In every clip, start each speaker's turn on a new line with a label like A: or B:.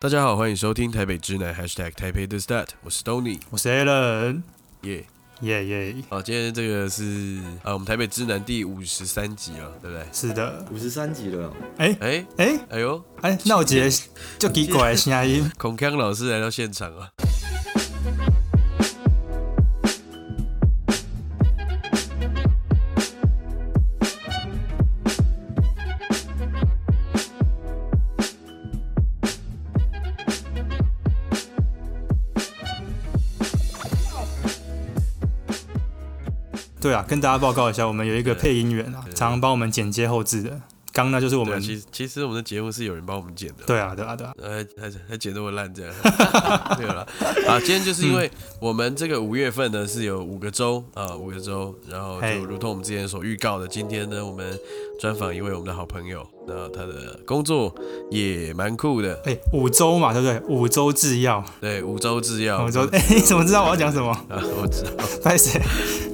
A: 大家好，欢迎收听台北直男 #hashtag 台北 the stat，我是 Tony，
B: 我是 Alan，
A: 耶、
B: 耶耶，
A: 好，今天这个是啊，我们台北直男第五十三集了，对不对？
B: 是的，
C: 五十三集了，
A: 哎、
B: 哎
A: 哎呦，
B: 哎，那我姐就奇怪的声音，
A: 孔康老师来到现场啊，
B: 对啊，跟大家报告一下，我们有一个配音员啊，常常帮我们剪接后置的，刚那就是我
A: 对啊，
B: 们，
A: 其实其实我们的节目是有人帮我们剪的。
B: 对啊，对啊，对啊，
A: 还还还剪那么烂这样， 没有了啊！今天就是因
B: 嗯
A: 为我们这个五月份呢是有五个周啊，五个周，然后
B: 嘿
A: 就如同我们之前所预告的，今天呢我们专访一位我们的好朋友，那他的工作也蛮酷的，
B: 哎，五周嘛，对不对？五周制药，
A: 对，五洲制药，
B: 五周，哎，你怎么知道我要讲什么？
A: 啊，我知 道。
B: 拍谁？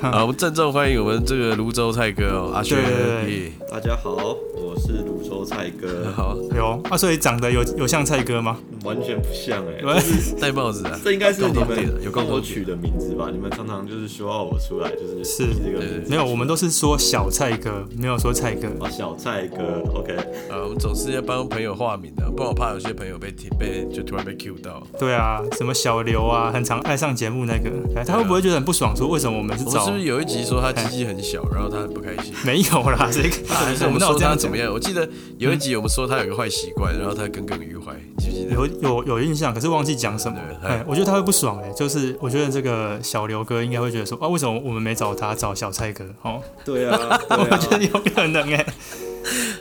A: 好，我们郑重欢迎我们这个泸州菜哥哦，阿轩。
B: 对对对
A: 耶
C: 大家好，我是泸州菜哥，
A: 好，
B: 有啊，所以长得有有像蔡哥吗？
C: 完全不像哎、
B: 喂
C: 就是
A: 戴帽子啊，
C: 这应该是你
A: 共同点
C: 们
A: 有共
C: 帮
A: 同
C: 我
A: 点
C: 取的名字吧？你们常常就是说要哦我出来，就是
B: 是
C: 你这个名字
B: 没有，我们都是说小蔡哥，没有说蔡哥。
C: 啊，小菜哥，OK，
A: 啊，我们总是要帮朋友化名啊的，不然我怕有些朋友被提被就突然被 Q 到。
B: 对啊，什么小刘啊，很常爱上节目那个，哎他会不会觉得很不爽？说为什么我们
A: 啊
B: 是
A: 我们
B: 找
A: 是不是有一集说他鸡鸡很小，然后他很不开心？
B: 没有啦？谁
A: 啊还是我
B: 我
A: 们
B: 们哪有
A: 说
B: 这
A: 他
B: 样
A: 怎
B: 讲
A: 么？样？我记得有一集我们说他有个坏习惯，然后他耿耿于怀，你记不记得？
B: 有有有印象，可是忘记讲什么
A: 对。哎
B: 哎，我觉得他会不爽哎、就是我觉得这个小刘哥应该会觉得说啊，为什么我们没找他，找小蔡哥？哦，
C: 对啊，对
B: 我觉
C: 啊，
B: 得有可能哎、哦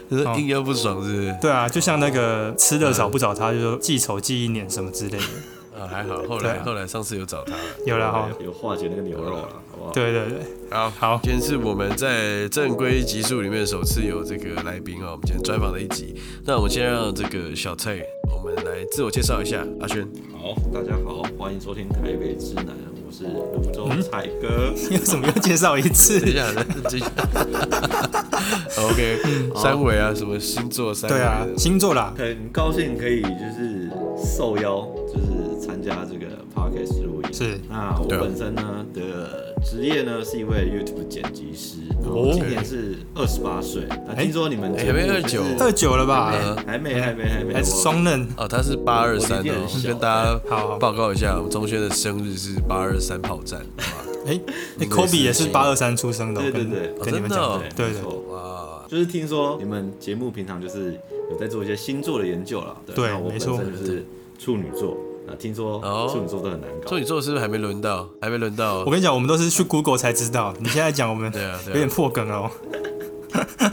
A: 就是硬要不爽是不是？
B: 对啊，就像那个吃的少不找他，就说记仇记一年什么之类的。
A: 啊，还好，后
B: 对
A: 来
B: 啊
A: 后来上次有找他。
B: 有了哈，
C: 哎有化解那个牛肉了，好不好？
B: 对对对，
A: 好，
B: 好，
A: 今天是我们在正规集数里面首次有这个来宾哦，我们今天专访的一集。那我们先让这个小蔡，我们来自我介绍一下。阿轩，
C: 好，大家好，欢迎收听台北之南，我是泸州菜哥，
B: 你为什么要介绍一 次
A: 等？一下，等一下。OK，三维啊，什么星座三维
B: 对啊
A: 的？，
B: 星座啦，
C: 很高兴可以就是受邀，就是参加这个 podcast 录音，
B: 是
C: 那我
A: 对啊
C: 本身呢的职业呢是一位 YouTube 剪辑师，然后
B: 哦
C: 今年是二十八岁。那
B: 哎
C: 听说你们
A: 哎还
C: 节目
A: 没
C: 就是
A: 29
B: 二九了吧？
C: 还没还没还没
B: 还是
C: 我
B: 双刃？
A: 呃哦，他是八二三
C: 我年纪很
A: 哦，
C: 小
A: 跟大家
B: 好好
A: 报告一下，我们钟轩的生日是八二三炮战，
B: 哎、哎
A: 应该是
B: k o b e 也是八二三出生的，我
C: 对
B: 跟
C: 对对
B: 跟你
A: 哦真
B: 们
A: 的哦
B: 讲，
C: 对
B: 对
C: 没
B: 对
C: 错。
A: 哇哇，
C: 就是听说你们节目平常就是有在做一些星座的研究啦，
B: 对
C: 那我
B: 没
C: 本
B: 错
C: 身就是处女座，啊，听说
A: 哦
C: 处女座都很难搞。
A: 处女座是不是还没轮到？还没轮到
B: 我？跟你讲，我们都是去 Google 才知道。你现在讲我们
A: 对啊对啊
B: 有点破梗哦。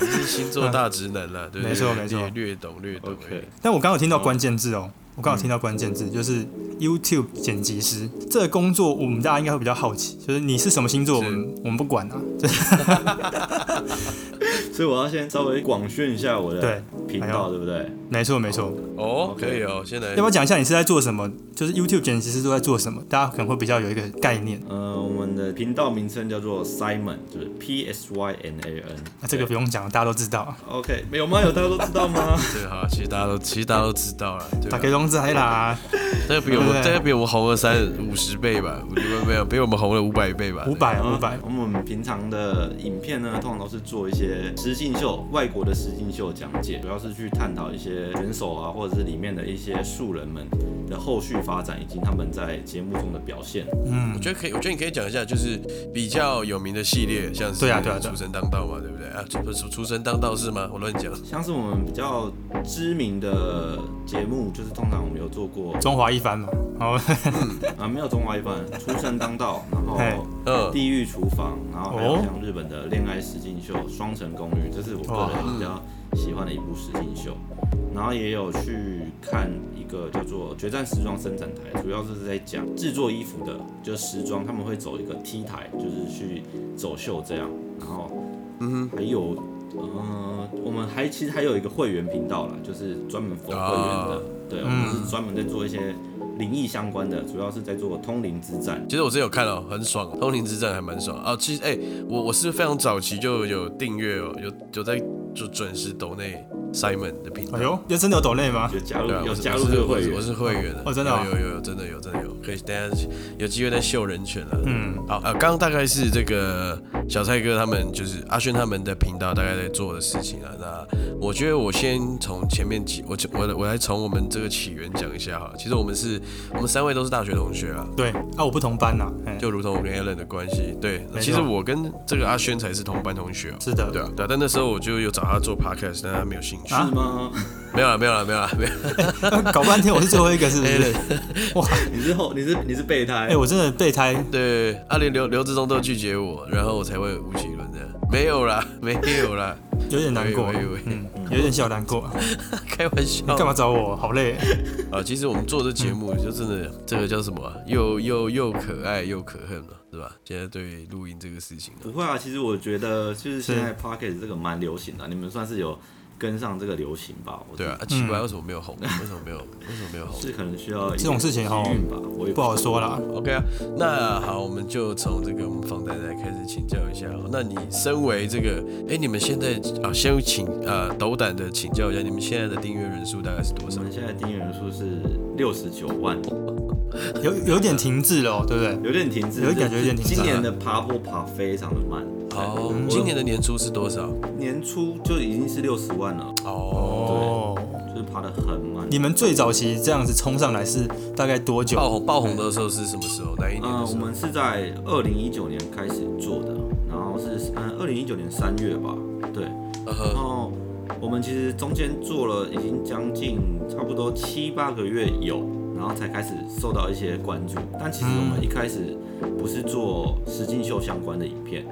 A: 是星座大直男啦，对不对？
B: 没错没错
A: 略略懂略懂。
C: OK，
B: 但我刚刚有听到
A: 嗯
B: 关键字哦，我刚刚有听到关键字就是 YouTube 剪辑师这个工作，我们大家应该会比较好奇，就是你是什么星座，我
A: 是
B: 们我们不管啊。
C: 所以我要先稍微广宣一下我的
B: 对
C: 频
B: 哎
C: 道，
B: 呦
C: 对不对？
B: 没错没错，
A: 哦，
C: OK
A: 可以哦，先来
B: 要不要讲一下你是在做什么？就是 YouTube 剪辑师都在做什么？大家可能会比较有一个概念。
C: 呃，我们的频道名称叫做 Simon，就是 P S Y N A N。
B: 啊、这个不用讲，大家都知
A: 啊
B: 道，
C: OK，没有吗？有大家都知道 吗？
A: 对，好，其实大家都其实大家都知道了，对
B: 打
A: 吧
B: 给？龙仔啦，
A: 大概比我们
B: 对不对
A: 大概比我们红了三五十倍吧，我觉得没有比我们红了五百倍吧，
B: 五百啊
C: 然后
B: 五
A: 嗯
B: 百，
C: 我们平常的影片呢，通常都是做一些实境秀，外国的实境秀讲解，主要是去探讨一些选手啊，或者是里面的一些素人们的后续发展，以及他们在节目中的表现。
A: 我觉得可以，我觉得你可以讲一下，就是比较有名的系列，像是
B: 对啊对啊对啊
A: 出神当道嘛，对不对啊？不是出神当道是吗？我乱讲。
C: 像是我们比较知名的节目，就是通常我们有做过
B: 中华一番嘛，哦，
C: 啊，没有中华一番，出生当道，然
B: 嘿
C: 后。
A: 嗯，
C: 地狱厨房，然后还有
B: 哦
C: 像日本的恋爱实境秀《双城公寓》，这是我个人比较喜欢的一部实境秀。然后也有去看一个叫做《决战时装生产台》，主要是在讲制作衣服的，就是时装，他们会走一个 T 台，就是去走秀这样。然后，嗯，还有，呃，我们还其实还有一个会员频道啦，就是专门 for 会员的。
A: 啊
C: 对，我们是专门在做一些灵异相关的，主要是在做通灵之战。
A: 其实我之前有看哦，很爽，《通灵之战》还蛮爽哦。其实哎、我我是非常早期就有订阅哦，有有在就准时抖内 Simon 的频道
B: 哎。呦，要真的有抖内吗？
C: 就加入
A: 对啊，
C: 有
A: 我是
C: 加
A: 我
C: 入
A: 是
C: 这个
A: 我
C: 会
A: 是
C: 员，
A: 我是会员的，
B: 哦真的哦
A: 有有有真的有真的有，可以等一下有机会再秀人权了。
B: 嗯，
A: 好，呃，刚刚大概是这个小蔡哥他们就是阿轩他们的频道大概在做的事情啊。那我觉得我先从前面几，我我我来从我们这个起源讲一下哈。其实我们是我们三位都是大学同学啊，
B: 对啊，我不同班呐、哎，
A: 就如同我跟 Allen 的关系，对，
B: 错
A: 其实我跟这个阿轩才是同班同学、哦。
B: 是的，
A: 对啊，对啊，但那时候我就有找他做 podcast，但他没有兴趣。
B: 啊
C: 是吗？
A: 没有了，没有了，没有了，没有啦。
B: 搞半天我是最后一个，是不是？ 哇，
C: 你是后你是你是备胎
B: 哎、，我真的备胎，
A: 对，阿连刘刘志忠都拒绝我，然后我才会吴奇伦的。没有啦， 没有啦，
B: 有点难过，
A: 喂喂喂
B: 嗯，有点小难过。
A: 开玩笑。
B: 你干嘛找我？好累。
A: 啊，其实我们做这节目就真的，这个叫什么啊、又又又可爱又可恨了，是吧？现在对录音这个事情啊，
C: 不会啊，其实我觉得就是现在 Pocket 这个蛮流行的，你们算是有跟上这个流行吧？我
A: 对啊，，啊奇
B: 嗯
A: 怪，为什么没有红？为什么没有？为什么没有红
C: 是可能需要
B: 这种事情哦
C: 哦，吧，我也
B: 不好说啦。
A: ？OK 啊，那好，我们就从这个我们访谈来开始请教一下哦。那你身为这个，哎，你们现在啊，先请呃斗胆的请教一下，你们现在的订阅人数大概是多
C: 我
A: 少？
B: 嗯
C: 们现在订阅人数是六十九万，
B: 有有点停滞了哦，对不对？
C: 有点停滞，
B: 有点感觉有点停滞
C: 今年的爬坡爬非常的慢，
A: 哦，
B: 嗯
A: 今年的年初是多少？
C: 年初就已经是六十万了，
A: 哦，
B: 哦，
C: 就是爬得很慢。
B: 你们最早期这样子冲上来是大概多久？
A: 爆红爆红的时候是什么时候？哪一年
C: 呃，
A: 的
C: 我
A: 时候？
C: 们是在二零一九年开始做的，然后是嗯二零一九年三月吧，对，
A: 呃
C: 然
A: 呵，
C: 后我们其实中间做了已经将近差不多七八个月有，然后才开始受到一些关注。但其实我们一开始不是做实境秀相关的影片，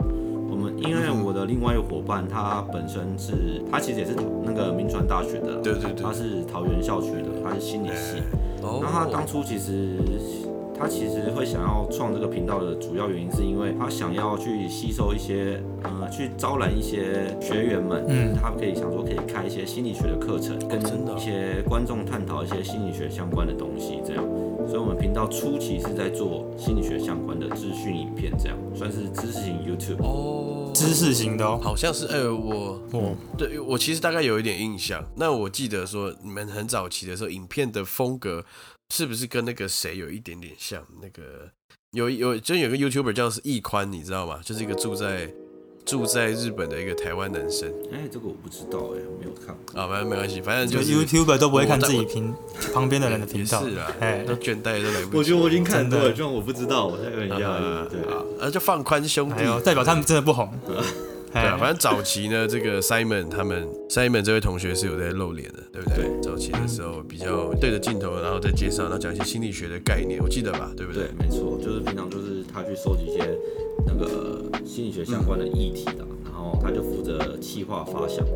C: 我们因为我的另外一个伙伴他本身是他其实也是那个民传大学的啦，
A: 对对对
C: 他是桃园校区的，他是心理系。
A: 哦，
C: 那他当初其实他其实会想要创这个频道的主要原因，是因为他想要去吸收一些呃，去招揽一些学员们，嗯，他可以想说可以开一些心理学的课程，跟
A: 真的哦
C: 一些观众探讨一些心理学相关的东西，这样。所以我们频道初期是在做心理学相关的资讯影片，这样算是知识型 YouTube。
A: 哦，
B: 知识型的哦。
A: 好像是，呃，我
B: 哦，
A: 对我其实大概有一点印象。那我记得说，你们很早期的时候，影片的风格是不是跟那个谁有一点点像？那个有有，就有个 YouTuber 叫是易宽，你知道吗？就是一个住在住在日本的一个台湾男生
C: 哎、这个我不知道哎、没有看过。
A: 啊，反正没关系，反正
B: 就
A: 就是
B: YouTuber 都不会看
A: 我
B: 自己频旁边的人的频道
A: 也是啊，
B: 哎
A: 都，倦怠都来不及。
C: 我觉得我已经看很多
B: 真
C: 了，
B: 的
C: 居然我不知道，我现在有点压
A: 呃
C: 力。对，
A: 啊，那就放宽兄弟
B: 哎。呦，代表他们真的不红。
A: 对
B: 哎
A: 啊，，反正早期呢，这个 Simon 他们 Simon 这位同学是有在露脸的，对不对？
C: 对
A: 早期的时候比较对着镜头，然后再介绍，然后讲一些心理学的概念，我记得吧？对不对？
C: 对，没错，就是平常就是他去收集一些那个心理学相关的议题的，然后他就负责企划发想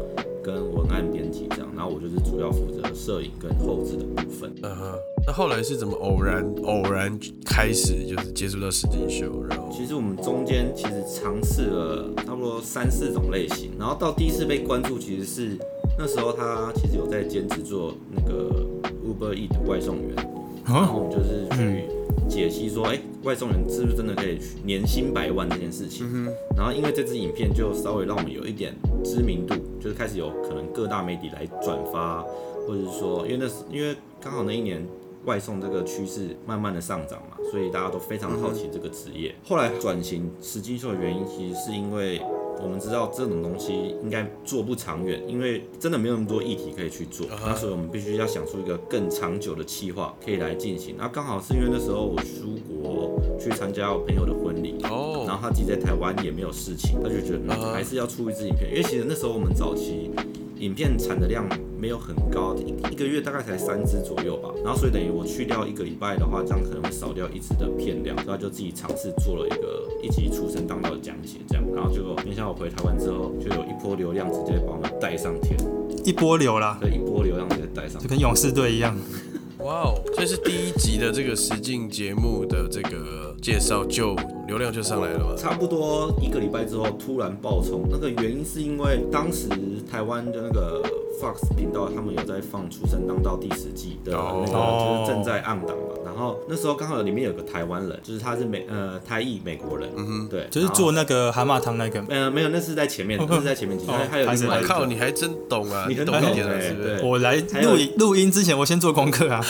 C: 跟文案编辑这样，然后我就是主要负责摄影跟后置的部分。
A: 嗯哼。那后来是怎么偶然偶然开始就是接触到实境秀，然后
C: 其实我们中间其实尝试了差不多三四种类型，然后到第一次被关注其实是那时候他其实有在兼职做那个 Uber Eat 外送员，然后我们就是去解析说，哎、外送人是不是真的可以去年薪百万这件事情？然后因为这支影片就稍微让我们有一点知名度，就是开始有可能各大媒体来转发，或者是说，因为那时因为刚好那一年外送这个趋势慢慢的上涨嘛，所以大家都非常好奇这个职业。后来转型实境秀的原因，其实是因为我们知道这种东西应该做不长远，因为真的没有那么多议题可以去做，那所以我们必须要想出一个更长久的计划可以来进行。那刚好是因为那时候我出国去参加我朋友的婚礼，
A: 哦
C: 然后他自己在台湾也没有事情，他就觉得嗯还是要出一支影片，因为其实那时候我们早期影片产的量没有很高，一一个月大概才三支左右吧。然后所以等于我去掉一个礼拜的话，这样可能会少掉一支的片量，所以他就自己尝试做了一个一集出生当道的讲解，这样，然后结果没想到我回台湾之后，就有一波流量直接把我们带上天，
B: 一波流啦，
C: 对，一波流量直接带上
B: 就。跟勇士队一样。
A: 哇哦，这是第一集的这个实境节目的这个介绍就流量就上来了嘛？
C: 差不多一个礼拜之后突然爆冲，那个原因是因为当时台湾的那个 Fox 频道他们有在放《出生当道》第十季的那
B: 哦
C: 个，就是正在暗档嘛。然后那时候刚好里面有个台湾人，就是他是美呃台裔美国人，对，
B: 嗯就是
C: 然后
B: 做那个蛤蟆汤那个。
C: 呃没有，那是在前 面，那是在前面几集，
B: 哦
C: 还有
B: 还是
C: 另外一
A: 我
C: 个
A: 靠，你还真懂啊，
C: 你很
A: 懂
C: 懂
A: 一点了，
C: 欸
A: 是不是？
C: 对
B: 我来
C: 还有
B: 录影录音之前，我先做功课啊。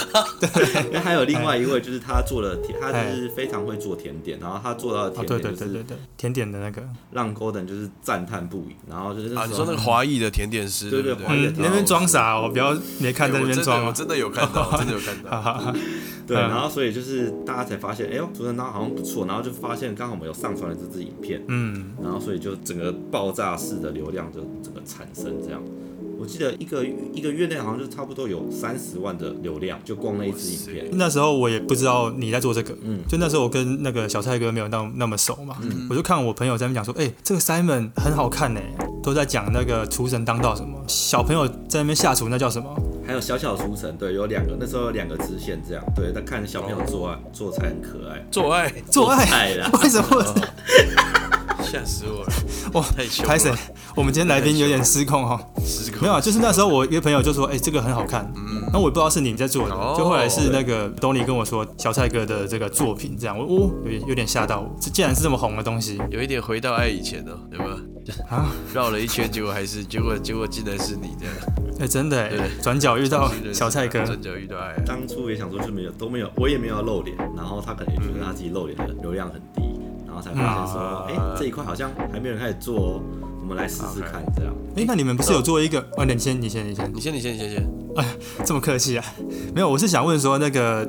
C: 因 为还有另
B: 哎
C: 外一位，就是他做了甜，他就是非常会做甜点，然后他做到
B: 哦，
C: 的
B: 对
C: 甜
B: 对
C: 点就
B: 对对
C: 是
B: 对，甜点的那个，
C: 让 Golden 就是赞叹不已，然后就是
A: 啊，你
C: 时
A: 说
C: 候
A: 那个华裔的甜点师，
C: 对
A: 对
C: 对
A: 不
C: 华裔
A: 对
C: 的
B: 嗯，
C: 甜
B: 你
C: 点
B: 那边装傻哦，不要没看在那边装
A: 哎我
B: 哦。
A: 真的有看到，我真的有看
B: 哈
A: 到。
B: 哈，哈
C: 对，
B: 嗯
C: 然后所以就是大家才发现，哎呦，竹神刀好像不错，然后就发现刚好我们有上传了这支影片，
B: 嗯，
C: 然后所以就整个爆炸式的流量就整个产生这样。我记得一个一个月内好像就差不多有三十万的流量，就光那一支影片。
B: 那时候我也不知道你在做这个，
C: 嗯
B: 就那时候我跟那个小蔡哥没有那那么熟嘛，我就看我朋友在那边讲说，哎、这个 Simon 很好看呢，都在讲那个厨神当道什么，小朋友在那边下厨那叫什么？
C: 还有小小厨神，对，有两个，那时候有两个支线这样，对，但看小朋友做爱做菜很可爱，
A: 做爱，
B: 哦做爱？
C: 菜啦，
B: 为什么？
A: 吓死我了！
B: 哇
A: 太凶了
B: 拍谁？我们今天来宾有点失控哦。
A: 十个
B: 没有啊，就是那时候我一个朋友就说，哎、这个很好看，然后我也不知道是你在做的，
A: 哦
B: 就后来是那个 Tony 跟我说小蔡哥的这个作品，这样我哦有点有点吓到我，这竟然是这么红的东西，
A: 有一点回到爱以前哦，对吧？
B: 啊
A: 绕了一圈，结果还是结果结果竟然是你这样，
B: 哎、真的哎
A: 对，
B: 转角遇到
A: 竟然是
B: 小蔡哥，
A: 转角遇到爱啊，
C: 当初也想说就没有都没有，我也没有要露脸，然后他可能也觉得他自己露脸的流量很低，然后才发现说，哎、
A: 嗯
C: 这一块好像还没有人开始做哦，我们来试试看这样。
B: 哎、那你们不是有做一个？哦，你先，你先，你先，
A: 你先，你先，你先，先。
B: 这么客气啊？ 没有，我是想问说那个，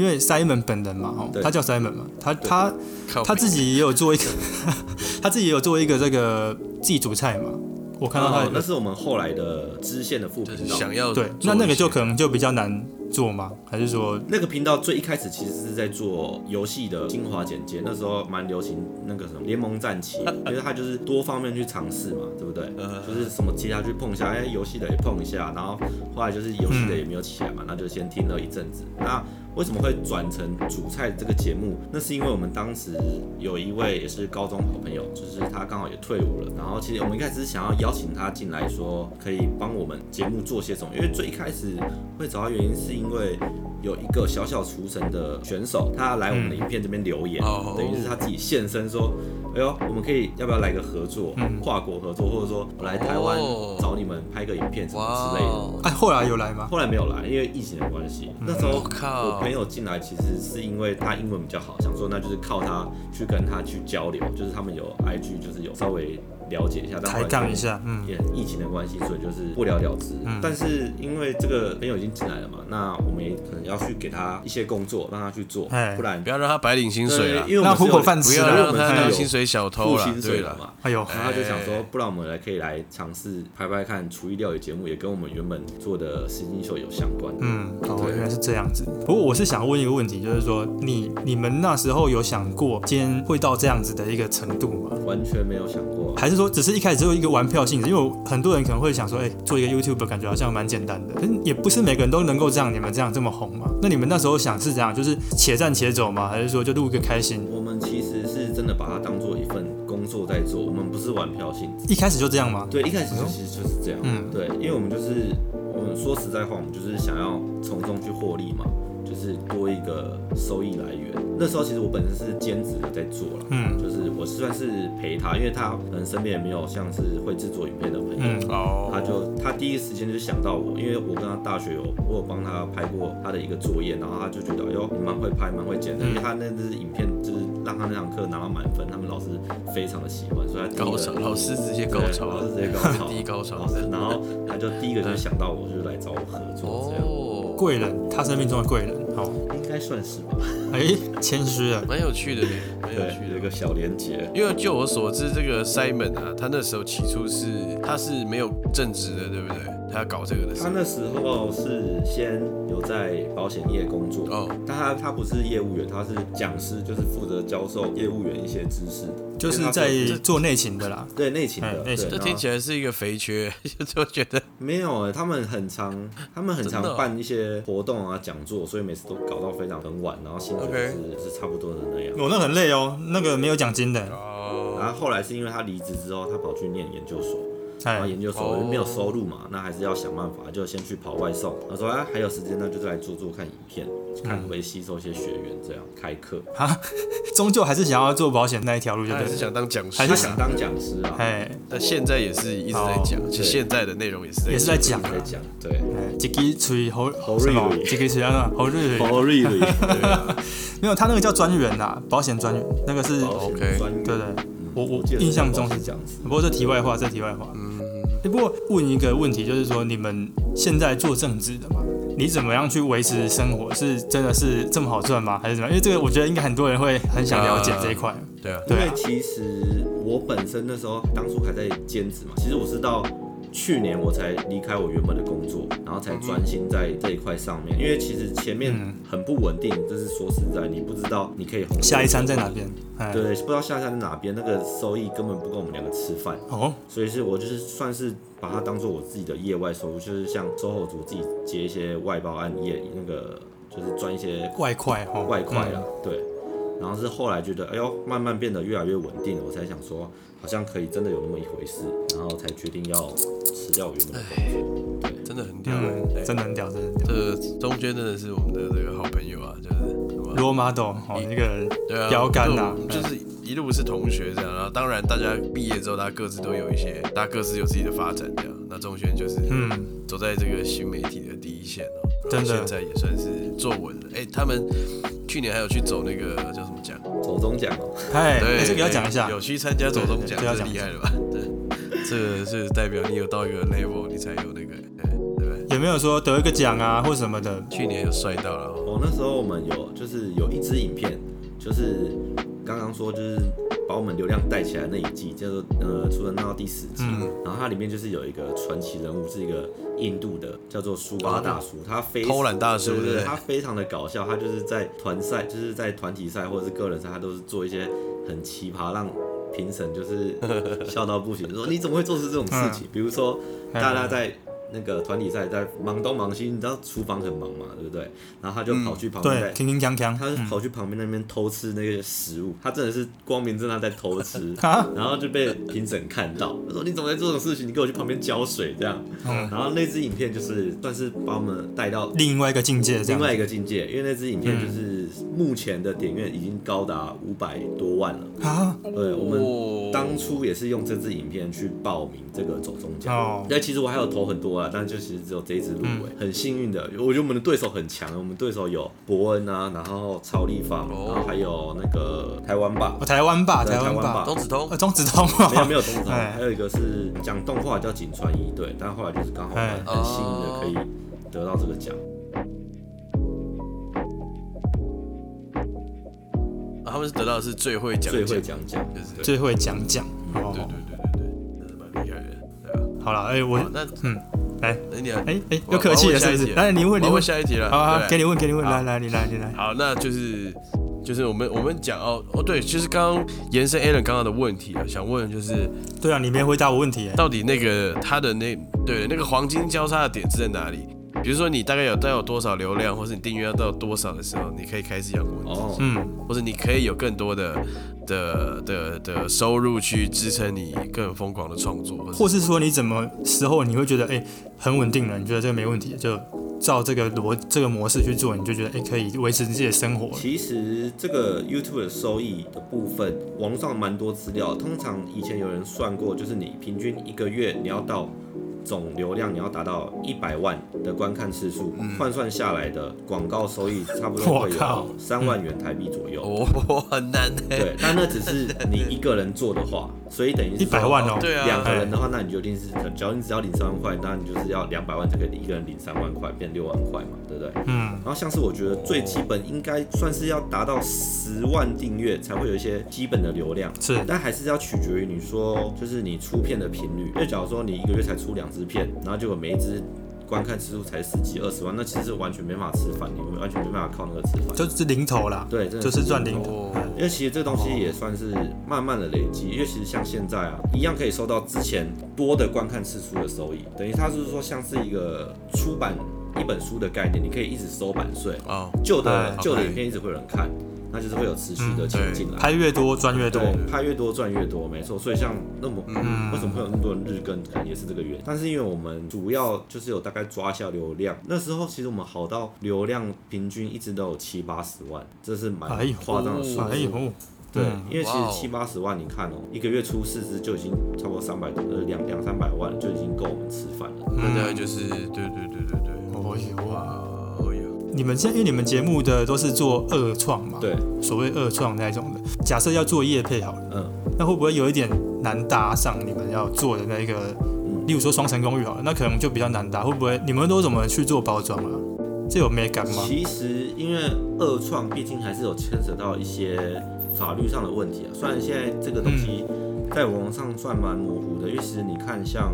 B: 因为 Simon 本人嘛，哦，
C: 对
B: 他叫 Simon 嘛，他他
A: 靠北
B: 他自己也有做一个， 他自己也有做一个这个自己煮菜嘛，我看到他
C: 哦
B: 有、
C: 那是我们后来的支线的副
A: 就
C: 频
A: 是
C: 道。
A: 想要
B: 对
A: 做，
B: 那那个
A: 一些
B: 就可能就比较难做吗？还是说
C: 那个频道最一开始其实是在做游戏的精华简介，那时候蛮流行那个什么联盟战旗，
A: 啊
C: 因为它就是多方面去尝试嘛，对不对？
A: 呃
C: 就是什么其他去碰一下，哎，游戏的也碰一下，然后后来就是游戏的也没有起来嘛，那就先听了一阵子。那为什么会转成主菜这个节目？那是因为我们当时有一位也是高中好朋友，就是他刚好也退伍了。然后其实我们一开始是想要邀请他进来说，可以帮我们节目做些什么。因为最一开始会找他原因是因为有一个小小厨神的选手，他来我们的影片这边留言，
A: 哦
C: 等于是他自己现身说，哎呦，我们可以要不要来个合作，跨国合作，或者说我来台湾
A: 哦
C: 找你们拍个影片什么之类的。
A: 哦
B: 哎后来有来吗？
C: 后来没有来，因为疫情的关系。那时
A: 我
C: 候
A: 靠
C: 我朋友进来，其实是因为他英文比较好，想说那就是靠他去跟他去交流，就是他们有 IG，就是有稍微了解一下，但后
B: 抬
C: 来
B: 杠一
C: 就
B: 下，嗯，
C: 也疫情的关系，所以就是不了了之。
A: 嗯
C: 但是因为这个朋友已经进来了嘛，那我们也可能要去给他一些工作，让他去做
B: 哎，
C: 不然
A: 不要让他白领薪水
C: 对
A: 了，，
C: 因为我
B: 那
C: 们是
B: 糊
C: 有
B: 口饭
A: 不
B: 吃
A: 要
C: 因为我
A: 让
C: 们
A: 他
C: 是
A: 当
C: 有
A: 薪水小偷
C: 付
A: 了
C: 薪，
A: 对
C: 水
A: 了
C: 了。嘛。
B: 哎呦，
C: 然后他就想说，不然我们来可以来尝试拍拍看厨艺料理节目，也跟我们原本做的实境秀有相关。
B: 嗯，哦，
C: 对
B: 原来是这样子。不过我是想问一个问题，就是说你你们那时候有想过今天会到这样子的一个程度吗？
C: 完全没有想过啊、
B: 还是说只是一开始只有一个玩票性质？因为我很多人可能会想说，哎、做一个 YouTube 感觉好像蛮简单的，可是也不是每个人都能够这样，你们这样这么红嘛？那你们那时候想是这样，就是且战且走吗？还是说就录个开心？
C: 我们其实是真的把它当做一份工作在做，我们不是玩票性质。
B: 一开始就这样吗？
C: 对，一开始其实就是这样。
B: 哎嗯
C: 对，因为我们就是我们说实在话，我们就是想要从中去获利嘛，就是多一个收益来源。那时候其实我本身是兼职的在做了，
B: 嗯
C: 就是我算是陪他，因为他可能身边也没有像是会制作影片的朋友。
B: 嗯，
C: 他
A: 哦，
C: 就他第一时间就想到我，因为我跟他大学有我有帮他拍过他的一个作业，然后他就觉得哎呦你蛮会拍蛮会剪的，
A: 嗯
C: 因为他那支影片就是让他那堂课拿到满分，他们老师非常的喜欢，所以他第一个
A: 高潮，老师直接高
C: 对
A: 潮
C: 老师
A: 了，
C: 直接高潮，
A: 第一高潮嗯
C: 老师，然后他就第一个就想到我，就来找我合作这样，
A: 哦，
B: 贵人，他生命中的贵人。好，
C: 应该算是吧，
B: 哎、谦虚了。
A: 蛮有趣的耶，蛮有趣
C: 对，有
A: 的
C: 一。个小连结，
A: 因为就我所知，这个 Simon 啊，他那时候起初是他是没有正职的，对不对？他搞这个的
C: 他
A: 是
C: 那时候是先有在保险业工作，
A: 哦，
C: 但他他不是业务员，他是讲师，就是负责教授业务员一些知识的，
B: 就是在做内勤的啦，
C: 对内勤的，
B: 哎内勤
C: 对，
A: 这
C: 然
A: 听
C: 后
A: 起来是一个肥缺， 就觉得
C: 没有哎、他们很常，他们很常
A: 真的哦
C: 办一些活动啊、讲座，所以每次都搞到非常很晚，然后薪水
A: OK
C: 是是差不多的那样。
B: 我、那很累哦，那个没有奖金的，
A: 哦，
C: 然后后来是因为他离职之后，他跑去念研究所，
B: 哎
C: 然后研究所
A: 哦
C: 没有收入嘛，那还是要想办法，就先去跑外送。他说啊，还有时间，那就再来做做看影片，看
B: 嗯
C: 可不可以吸收一些学员，这样开课。
B: 终究还是想要做保险那一条路，就
A: 他
B: 对
A: 还是
B: 了。
A: 想当讲师
B: 还，
C: 他
B: 是
C: 想当讲师啊，
B: 哎，
A: 但现在也是一直在讲，而且
C: 对
A: 现在的内容也是在
B: 哦也是在讲
C: 在讲对。
B: 哎一支嘴喉
C: 喉
B: 什么
C: 瑞瑞
B: 一支嘴啊喉瑞瑞，
C: 哦，really？
A: 对啊
B: 没有他那个叫专员呐，保险专员，那个是
C: 保险
A: OK
C: 专员
B: 对对，
C: 哦嗯
B: 我我
C: 记得
B: 印象中是
C: 这样子
B: 不。过这题外话，这题外话。嗯。不过问一个问题，就是说你们现在做正职的嘛，你怎么样去维持生活？是真的是这么好赚吗？还是怎么样？因为这个我觉得应该很多人会很想了解这一块。
A: 对啊，
B: 对
C: 因为
B: 啊。
C: 其实我本身那时候当初还在兼职嘛，其实我是到去年我才离开我原本的工作，然后才专心在这一块上面。因为其实前面
B: 嗯
C: 很不稳定，就是说实在，你不知道你可以红
B: 下一餐在哪边？哎。
C: 对，不知道下一餐在哪边，那个收益根本不够我们两个吃饭。
B: 哦，
C: 所以是我就是算是把它当做我自己的业外收入，就是像售后组自己接一些外包案业，那个就是赚一些
B: 外快哦，
C: 外快啊，
A: 嗯
C: 对。然后是后来觉得，哎呦，慢慢变得越来越稳定了，我才想说，好像可以真的有那么一回事，然后才决定要辞掉我原本
A: 哎
C: 的工作。对，
A: 真的很屌
B: 嗯。
A: 哎
B: 嗯，真的很屌，真的很屌。
A: 这中间真的是我们的这个好朋友啊，就是什么
B: 罗马斗哦，那个
A: 对啊，
B: 标杆啊
A: 就就是一路是同学这样，然后当然大家毕业之后，大家各自都有一些，大家各自有自己的发展这样。那钟轩就是
B: 嗯，
A: 走在这个新媒体的第一线哦，
B: 真的
A: 然后现在也算是坐稳了。哎，他们去年还有去走那个叫什么奖？
C: 走中奖哦，
B: 哎，
A: 对，
B: 这个要讲一下
A: 对，有去参加走中奖，
B: 对对对
A: 这厉害了吧？对，这个是代表你有到一个 level，你才有那个，哎对不对？
B: 有没有说得一个奖啊或什么的？
A: 去年有帅到了哦，
C: 哦，那时候我们有就是有一支影片，就是刚刚说就是把我们流量带起来那一季，叫做呃《出人闹》第四季，
B: 嗯
C: 然后它里面就是有一个传奇人物，是一个印度的叫做苏巴大叔，他非
A: 偷懒大叔
C: 对
A: 对
C: 对
A: 不
C: 对，
A: 对
C: 他非常的搞笑，他就是在团赛，就是在团体赛或者是个人赛，他都是做一些很奇葩让。评审就是 笑到不行，说你怎么会做出这种事情？比如说，大家在那个团体赛在忙东忙西，你知道厨房很忙嘛，对不对？然后他就跑去旁边在
B: 对，铿铿锵锵，，
C: 他是跑去旁边那边偷吃那个食物，他真的是光明正大在偷吃
B: 啊
C: 然后就被评审看到，他说你怎么在做这种事情？你给我去旁边浇水这样。
B: 嗯
C: 然后那支影片就是算是把我们带到
B: 另外一个境界这
C: 另
B: 样。嗯
C: 外一个境界，因为那支影片就是目前的点阅已经高达五百多万了。
B: 啊，
C: 对，我们
A: 哦
C: 当初也是用这支影片去报名这个走中奖。
B: 哦，嗯
C: 那其实我还有投很多啊，但就其实只有这一支入围，很幸运的。我觉得我们的对手很强，我们对手有伯恩啊，然后超立方，
A: 哦
C: 然后还有那个台湾吧
B: 哦，台湾吧，
C: 对
B: 台湾
C: 台湾
B: 吧
C: 吧，
A: 钟子通
B: 呃，钟子通
C: 没有
B: 哦，
C: 没有中场，
B: 哎
C: 还有一个是讲动画叫井川一对，但后来就是刚好
B: 哎
C: 很幸运的可以得到这个奖。
A: 啊他们是得到的是最会讲
C: 最
A: 解
C: 会，讲讲，
A: 就是对
B: 最会讲讲。
A: 对对
B: 哦，
A: 对对，真的蛮厉害的，对吧？
B: 好了，哎，
A: 好
B: 我，
A: 那
B: 嗯，来，
A: 那你来
B: 哎哎，
A: 我
B: 又客气了
A: 我
B: 是
A: 要问下
B: 不
A: 一
B: 是
A: 题？了
B: 来，你问你
A: 我
B: 问
A: 问，下一题了，
B: 好好，
A: 对
B: 给你问，给你问，
A: 好
B: 来来，你来你来，
A: 好，那就是就是我们我们讲哦哦对，就是刚刚延伸 Alan 刚刚的问题啊，想问就是
B: 对啊，你没回答我问题，哎
A: 到底那个他的那对那个黄金交叉的点是在哪里？比如说你大概有到有多少流量，或是你订阅要到多少的时候，你可以开始养活你，
C: 哦，
B: 嗯，
A: 或者你可以有更多的的的的收入去支撑你更疯狂的创作，或
B: 或
A: 者
B: 是说你怎么时候你会觉得，哎，很稳定了，你觉得这个没问题，就照这个逻这个模式去做，你就觉得，哎，可以维持自己的生活了。
C: 其实这个 YouTube 的收益的部分，网络上蛮多资料。通常以前有人算过，就是你平均一个月你要到总流量你要达到一百万的观看次数，换、算下来的广告收益差不多会
B: 嗯我靠
C: 有三万元台币左右。
A: 哦 很难哎、
C: 对，但那只是你一个人做的话，所以等于是说
B: 100万哦
A: 对
C: 两个
A: 啊，
C: 人的话，那你就一定是，只要你只要领三万块，那你就是要两百万才可以一个人领三万块，变六万块嘛，对不对？
B: 嗯，
C: 然后像是我觉得最基本应该算是要达到十万订阅才会有一些基本的流量，
B: 是
C: 但还是要取决于你说就是你出片的频率。因为假如说你一个月才出两支片，然后结果每一支观看次数才十几二十万，那其实是完全没办法吃饭，你们完全没办法靠那个吃饭。
B: 就是零头啦，
C: 对，真的
B: 就是赚零头。
A: 哦，
C: 因为其实这东西也算是慢慢的累积，因为其实像现在啊，一样可以收到之前多的观看次数的收益，等于它是说像是一个出版一本书的概念，你可以一直收版税，
A: 哦，
C: 旧的、
B: 哎
C: 旧的
A: OK
C: 影片一直会有人看，那就是会有持续的
B: 嗯
C: 钱
A: 对
C: 进来。
B: 拍越多赚越多。
C: 对，拍越多赚越多，没错。所以像那么、
B: 嗯
C: 为什么会有那么多人日更，可能也是这个原因。但是因为我们主要就是有大概抓一下流量，那时候其实我们好到流量平均一直都有七八十万，这是蛮
B: 哎呦
C: 夸张的数字。
B: 哎呦，
C: 对
B: 嗯，
C: 因为其
A: 哇
C: 实
A: 哦
C: 七八十万，你看哦、一个月出四支就已经差不多三百多，呃，两两三百万就已经够我们吃饭了。
A: 那大概就是对对对对对，
B: 哦呦，
A: 哇哦哟，
B: 你们现在因为你们节目的都是做二创嘛，，
C: 对，
B: 所谓二创那一种的。假设要做业配好了，
C: 嗯，
B: 那会不会有一点难搭上你们要做的那一个？例如说双层公寓好了，那可能就比较难搭，会不会？你们都怎么去做包装啊？这有美感吗？
C: 其实因为二创毕竟还是有牵扯到一些法律上的问题啊。虽然现在这个东西在网络上算蛮模糊的，因为其实你看像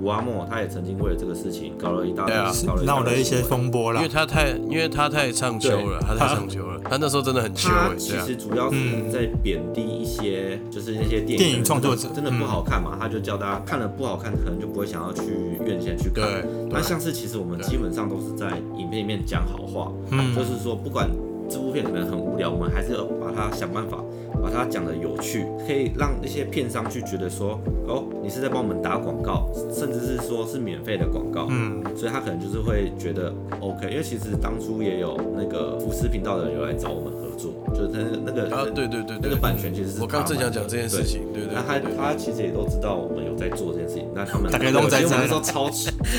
C: 古阿莫，他也曾经为了这个事情搞了一大堆
A: 对啊，
B: 是
C: 搞了大
B: 闹
C: 堆
B: 了一些
C: 新闻。
B: 风波
A: 因
B: 啦
A: 为。他太因为他太唱秋了，他太唱秋 了，他那时候真的很秋
C: 他
A: 哎，
C: 其
A: 对啊，
C: 实主要是在贬低一些，就是那些电影
B: 电影创作者
C: 真的不好看嘛，他就叫大家看了不好看，可能就不会想要去院线去看。
A: 对
C: 那像是其实我们基本上都是在影片里面讲好话，
B: 嗯
C: 就是说不管这部片可能很无聊，我们还是要把它想办法把它讲的有趣，可以让那些片商去觉得说，哦，你是在帮我们打广告，甚至是说是免费的广告，
B: 嗯，
C: 所以他可能就是会觉得 OK，因为其实当初也有那个福斯频道的人有来找我们合作，就是他那个
A: 啊对对对
C: 那
A: 对
C: 个，版权其实是
A: 我刚正想讲这件事
C: 情。
A: 情，对对
C: 那他
A: 对对
C: 他其实也都知道我们有在做这件事情，那他们
B: 大概都在
C: 其实我
B: 在
C: 们那时候超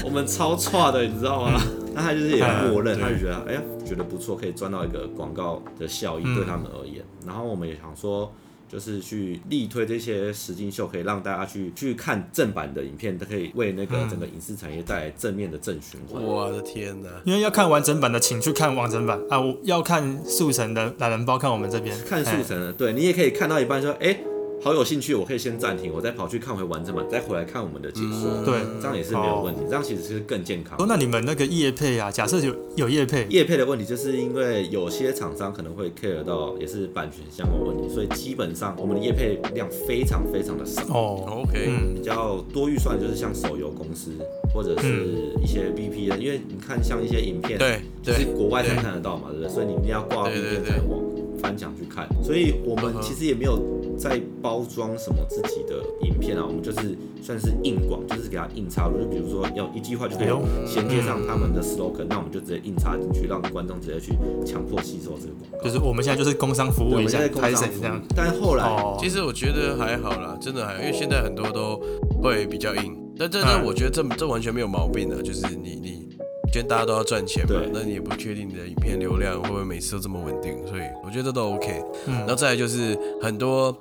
C: 我们超差的，你知道吗？那他就是也默认，
A: 嗯
C: 他就觉得哎呀觉得不错，可以赚到一个广告的效益
B: 嗯
C: 对他们而言。然后我们也想说。就是去力推这些实境秀，可以让大家去去看正版的影片，都可以为那个整个影视产业带来正面的正循环。
A: 我的天哪，
B: 因为要看完整版的，请去看完整版啊！我要看速成的懒人包，看我们这边
C: 看速成的，对你也可以看到一半说，哎、好有兴趣，我可以先暂停，我再跑去看回完整版，再回来看我们的解说。
B: 对
C: 这样也是没有问题，这样其实是更健康
B: 哦，。那你们那个业配啊，假设有有业配，
C: 业配的问题，就是因为有些厂商可能会 care 到也是版权相关的问题，所以基本上我们的业配量非常非常的少。
B: 哦，
A: ，OK，
C: 比较多预算的就是像手游公司或者是一些 VPN，、因为你看像一些影片，
A: 对
C: 就是
A: 对
C: 国外才看得到嘛，对不对？所以你一定要挂
A: 对对
C: VPN
A: 对
C: 才往翻墙去看。所以我们其实也没有在包装什么自己的影片啊，我们就是算是硬广，就是给它硬插入，就比如说要一句话就可以
B: 哎呦
C: 衔接上他们的 slogan，、那我们就直接硬插进去，让观众直接去强迫吸收这个广告。
B: 就是我们现在就是工商服
C: 对我
B: 务一
C: 们
B: 下
C: 在，工
B: 拍
C: 商
B: 谁
C: 服务
B: 这样？
C: 但后来。
B: 哦，
A: 其实我觉得还好啦，真的还好，因为现在很多都会比较硬，但这
B: 嗯
A: 但我觉得这这完全没有毛病的，就是你你，既然大家都要赚钱嘛
C: 对，
A: 那你也不确定你的影片流量会不会每次都这么稳定，所以我觉得这都 OK。然后
B: 嗯，
A: 再来就是很多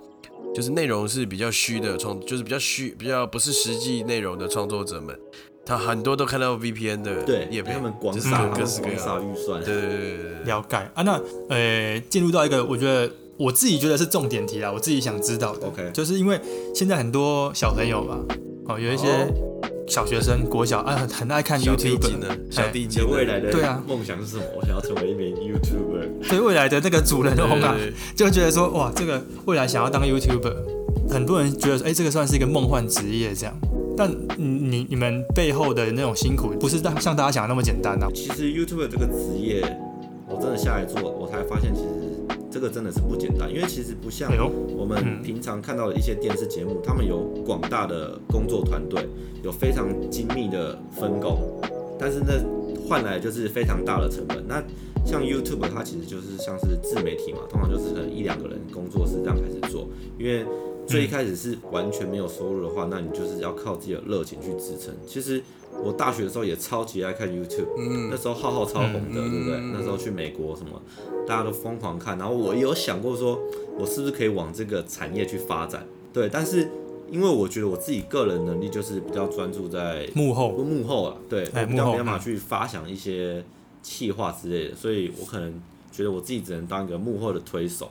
A: 就是内容是比较虚的创，就是比较虚、比较不是实际内容的创作者们，他很多都看到 VPN 的
C: 对，
A: 页面，
C: 他们广
A: 就是
C: 撒，
A: 各式各
C: 广撒
A: 样。
C: 预算，
A: 对对对对对对，
B: 了解啊。那呃，进入到一个我觉得我自己觉得是重点题啦，我自己想知道的
C: OK
B: 就是因为现在很多小朋友吧，哦，有一些小学生、国小啊，很很爱看
A: 小弟
B: YouTube，
A: 精呢？小
B: 哎
A: 弟
C: 你的
A: 精呢
C: 未来的
B: 对啊
C: 梦想是什么？我想要成为一名 YouTuber。
B: 对未来的那个主人
A: 对
B: 翁啊
A: 对，对
B: 就觉得说哇，这个未来想要当 YouTuber，很多人觉得说，哎、这个算是一个梦幻职业这样。但你你你们背后的那种辛苦，不是像像大家想的那么简单啊呐、
C: 其实 YouTuber 这个职业，我真的下来做，我才发现其实这个真的是不简单，因为其实不像
B: 哎呦，
C: 我们平常看到的一些电视节目，他们有广大的工作团队，有非常精密的分工，但是呢，换来就是非常大的成本。那像 YouTube 它其实就是像是自媒体嘛，通常就是可能一两个人工作室这样开始做，因为最一开始是完全没有收入的话，那你就是要靠自己的热情去支撑。其实我大学的时候也超级爱看 YouTube，、那时候浩浩超红的，对不对？那时候去美国什么，大家都疯狂看，然后我也有想过说，我是不是可以往这个产业去发展？对，但是因为我觉得我自己个人能力就是比较专注在
B: 幕后，
C: 幕后啊，对，
B: 哎
C: 我比较
B: 幕后
C: 没办法
B: 嗯
C: 去发想一些企划之类的，所以我可能觉得我自己只能当一个幕后的推手。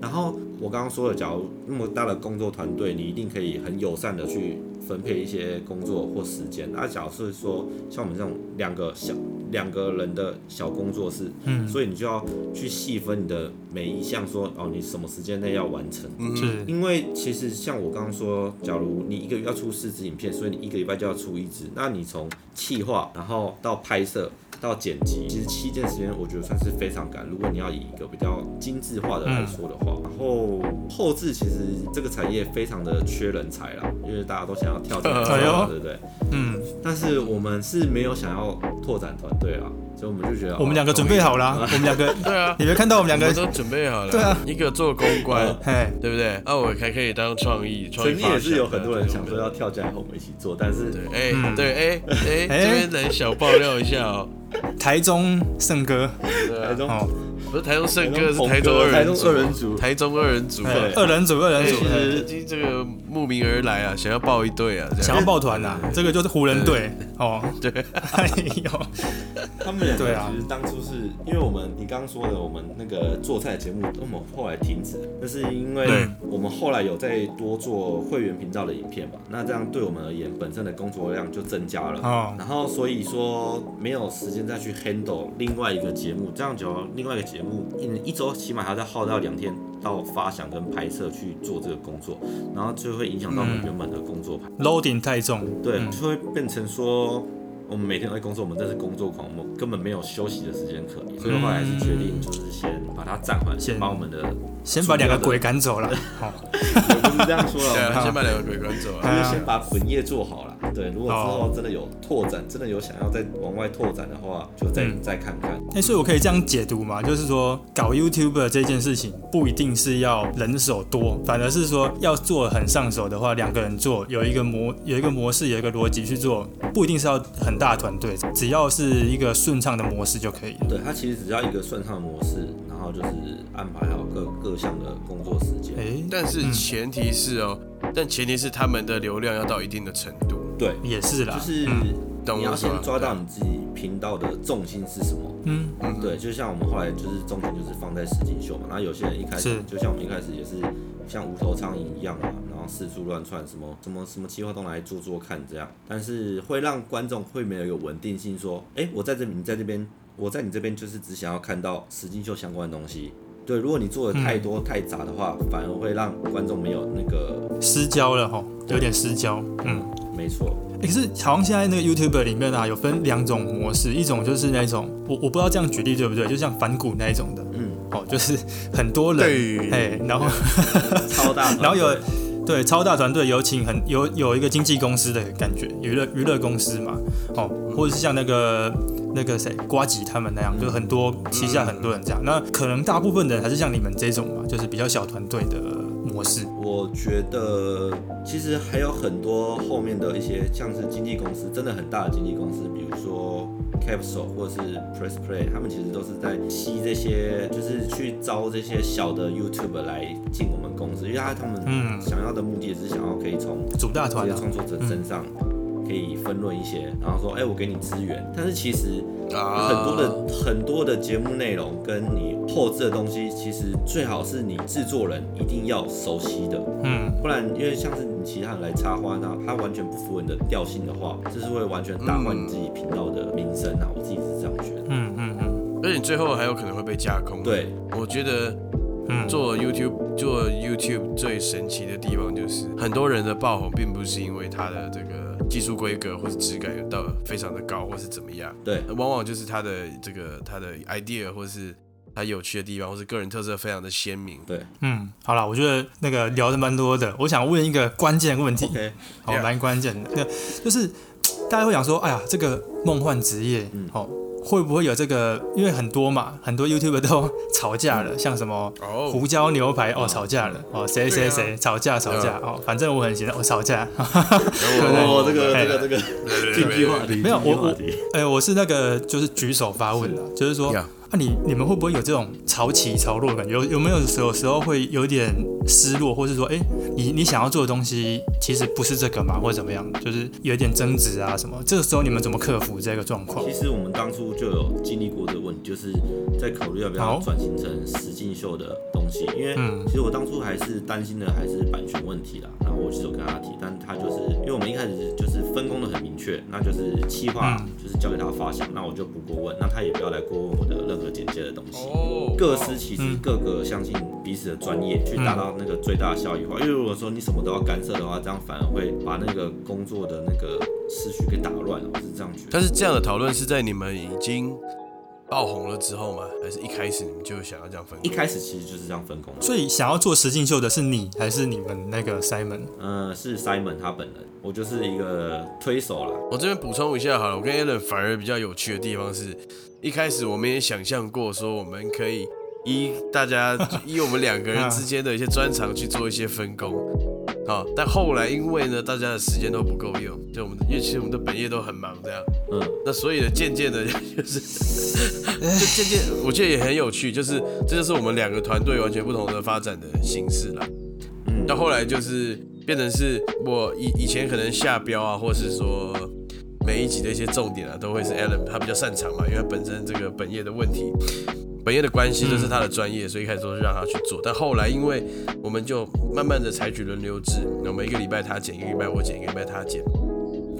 C: 然后我刚刚说了，假如那么大的工作团队，你一定可以很友善的去分配一些工作或时间。那假如是说像我们这种两个小两个人的小工作室，
B: 嗯，
C: 所以你就要去细分你的每一项，说哦，你什么时间内要完成。
A: 嗯
B: 是
C: 因为其实像我刚刚说，假如你一个月要出四支影片，所以你一个礼拜就要出一支。那你从企划，然后到拍摄，到剪辑，其实七件时间我觉得算是非常赶。如果你要以一个比较精致化的
B: 嗯
C: 来说的话，然后后置其实这个产业非常的缺人才啦，因为大家都想要跳进来做
B: 哎呦
C: 嘛，对不对？
B: 嗯，
C: 但是我们是没有想要拓展团队啊，所以我们就觉得哦
B: 我们两个准备好啦，我们两个，
A: 对啊，
B: 你没看到我们
A: 我
B: 两
A: 们
B: 个，
A: 都准备好了。
B: 对啊，
A: 一个做公关，
B: 嘿，
A: 对不对？那我还可以当创意，创意
C: 曾经也
A: 发
C: 是
A: 想
C: 有
A: 的
C: 很多人
A: 这
C: 想
A: 种
C: 说要跳进来和我们一起做，但是
A: 对，哎、
B: 嗯
A: 对，哎、哎、
B: 哎
A: 这边来小爆料一下哦、
B: 台中盛哥，
A: 对
C: 台
A: 啊，
C: 中
B: 哦，
A: 不是台中盛
C: 台
A: 哥，
C: 中
A: 是
C: 鹏
A: 台中
C: 哥
A: 二人
C: 台中二人组
A: 台中二人组。
B: 嘿
C: 嗯对
B: 二人组，二人
A: 哎
B: 组
A: 其，
B: 嘿
A: 实这个慕名而来啊，想要报一队啊，这样
B: 想要抱团呐，这个就是湖人队，哦，
A: 对，
B: 哎呦，
C: 他们两
B: 对
C: 个
B: 啊
C: 其实当初是因为我们你刚刚说的我们那个做菜节目，我们后来停止了，那是因
A: 对
C: 为我们后来有再多做会员频道的影片吧，那这样对我们而言本身的工作量就增加了，
B: 哦
C: 然后所以说没有时间再去 handle 另外一个节目，这样就要另外一个节目一一周起码还要再耗到两天到发想跟拍摄去做这个工作，然后就会影响到我
B: 嗯
C: 们原本的工作排。
B: ，loading 太重，
C: 对，
B: 嗯
C: 就会变成说，我们每天都在工作，我们真是工作狂，我们根本没有休息的时间可言，所以后来还是决定就是先把它暂缓，
B: 先
C: 先把我们的
B: 先把两个鬼赶走了，哦，
C: 也不是这样说
A: 对
C: 了，
A: 啊，先把两个鬼关走啊。
C: 我们就是先把本业做好了。对，如果之后真的有拓展，真的有想要再往外拓展的话，就再
B: 嗯
C: 再看看。
B: 哎，所以我可以这样解读嘛，就是说搞 YouTuber 这件事情不一定是要人手多，反而是说要做很上手的话，两个人做有一个模有一个模式有一个逻辑去做，不一定是要很大的团队，只要是一个顺畅的模式就可以了。
C: 对，它其实只要一个顺畅的模式，然后就是安排好各各项的工作时间。
B: 哎，
A: 但是前提是哦、但前提是他们的流量要到一定的程度，
C: 对，
B: 也是啦，
C: 就是
A: 嗯懂
C: 你
A: 我
C: 要
A: 意思
C: 先
A: 吧
C: 抓到你自己频道的重心是什么。
B: 嗯，
C: 对，就像我们后来就是重点就是放在实景秀嘛，然后有些人一开始
B: 是
C: 就像我们一开始也是像无头苍蝇一样嘛，啊然后四处乱窜，什么什么什么计划都拿来做做看这样，但是会让观众会没有一个稳定性，说，哎、我在这里，你在这边，我在你这边就是只想要看到实景秀相关的东西。对，如果你做的太
B: 嗯
C: 多、太杂的话，反而会让观众没有那个，
B: 失焦了吼，有点失焦，嗯。
C: 没错，
B: 欸可是好像现在那个 YouTube 里面啊，有分两种模式，一种就是那种我我不知道这样举例对不对，就像反骨那一种的，
C: 嗯，
B: 哦，就是很多人，
A: 对，
B: 哎，然后
C: 超大团队，
B: 然后有对超大团队有请很有有一个经纪公司的感觉，娱乐娱乐公司嘛，哦，或者是像那个那个谁瓜吉他们那样，就很多旗下很多人这样，那可能大部分的人还是像你们这种嘛，就是比较小团队的模式，
C: 我觉得其实还有很多后面的一些，像是经纪公司，真的很大的经纪公司，比如说 Capsule 或者是 Press Play，他们其实都是在吸这些，就是去招这些小的 YouTube 来进我们公司，因为他他
B: 嗯
C: 们想要的目的也是想要可以从
B: 主大
C: 这
B: 团
C: 些
B: 啊，嗯
C: 创作者身上可以分论一些，然后说，哎、我给你资源，但是其实
A: 啊，
C: 很多
B: 哦
C: 的很多的节目内容跟你后置的东西，其实最好是你制作人一定要熟悉的，
B: 嗯，
C: 不然因为像是你其他人来插花，那他完全不符合你的调性的话，就是会完全打坏你自己频道的名声啊！我自己是这样觉得。
B: 嗯嗯嗯
A: 而且你最后还有可能会被架空。，
C: 对，
A: 我觉得
B: 嗯，
A: 做 YouTube 做 YouTube 最神奇的地方就是，很多人的爆红并不是因为它的这个技术规格或是质感有到非常的高，或是怎么样，
C: 对，
A: 往往就是他的这个他的 idea 或是他有趣的地方，或是个人特色非常的鲜明。
C: 对
B: 嗯，好啦，我觉得那个聊的蛮多的，我想问一个关键问题，
C: ，OK，
B: 好，
A: Yeah
B: 蛮关键的，那就是大家会想说，哎呀，这个梦幻职业，
C: 嗯
B: 哦，会不会有这个？因为很多嘛，很多 YouTube 都吵架了，像什么
A: 哦
B: 胡椒牛排，哦，吵架了，哦，谁
A: 对
B: 谁
A: 啊嗯
B: 谁吵架吵架，哦，反正我很闲，我吵架，
C: 哦，这个
B: 哎
C: 这个这个
A: 对
C: 禁
A: 对
C: 忌
A: 对
C: 话题，
B: 没有
C: 禁忌
B: 我
C: 话题
B: 哎，我是那个就是举手发问的，就是说。
A: Yeah
B: 啊你，你们会不会有这种潮起潮落的感觉？有有没有有时候会有点失落，或是说，哎、你你想要做的东西其实不是这个嘛，或者怎么样，就是有一点争执啊什么？这个时候你们怎么克服这个状况
C: 其？实我们当初就有经历过这个问题，就是在考虑要不
B: 好
C: 要转型成实境秀的东西，因为
B: 嗯
C: 其实我当初还是担心的还是版权问题啦。然后我是有跟他提，但他就是因为我们一开始就是分工的很明确，那就是企划
B: 嗯
C: 就是交给他发想，那我就不过问，那他也不要来过问我的任何简介的东西。
A: 哦
C: 各司其职
B: 嗯，
C: 各个相信彼此的专业，去达到那个最大的效益化。因为如果说你什么都要干涉的话，这样反而会把那个工作的那个时序给打乱了，我是这样觉得。
A: 但是这样的讨论是在你们已经爆红了之后吗？还是一开始你们就想要这样分
C: 一
A: 工？
C: 开始其实就是这样分工的，
B: 所以想要做实境秀的是你还是你们那个 Simon？
C: 呃，是 Simon 他本人，我就是一个推手啦。
A: 我这边补充一下好了，我跟 Alan 反而比较有趣的地方是，一开始我们也想象过说我们可以依大家 依我们两个人之间的一些专长去做一些分工。好，但后来因为呢，大家的时间都不够用，就我们的，因为其实我们的本业都很忙，这样，
C: 嗯，
A: 那所以呢，渐渐的， 就是就渐渐，我觉得也很有趣，就是这就是我们两个团队完全不同的发展的形式啦。
C: 嗯
A: 到后来就是变成是我以以前可能下标啊，或是说每一集的一些重点啊，都会是 Alan 他比较擅长嘛，因为他本身这个本业的问题，本业的关系这是他的专业，所以一开始都是让他去做。但后来因为我们就慢慢的采取轮流制，那我们一个礼拜他剪，一个礼拜我剪，一个礼拜他剪。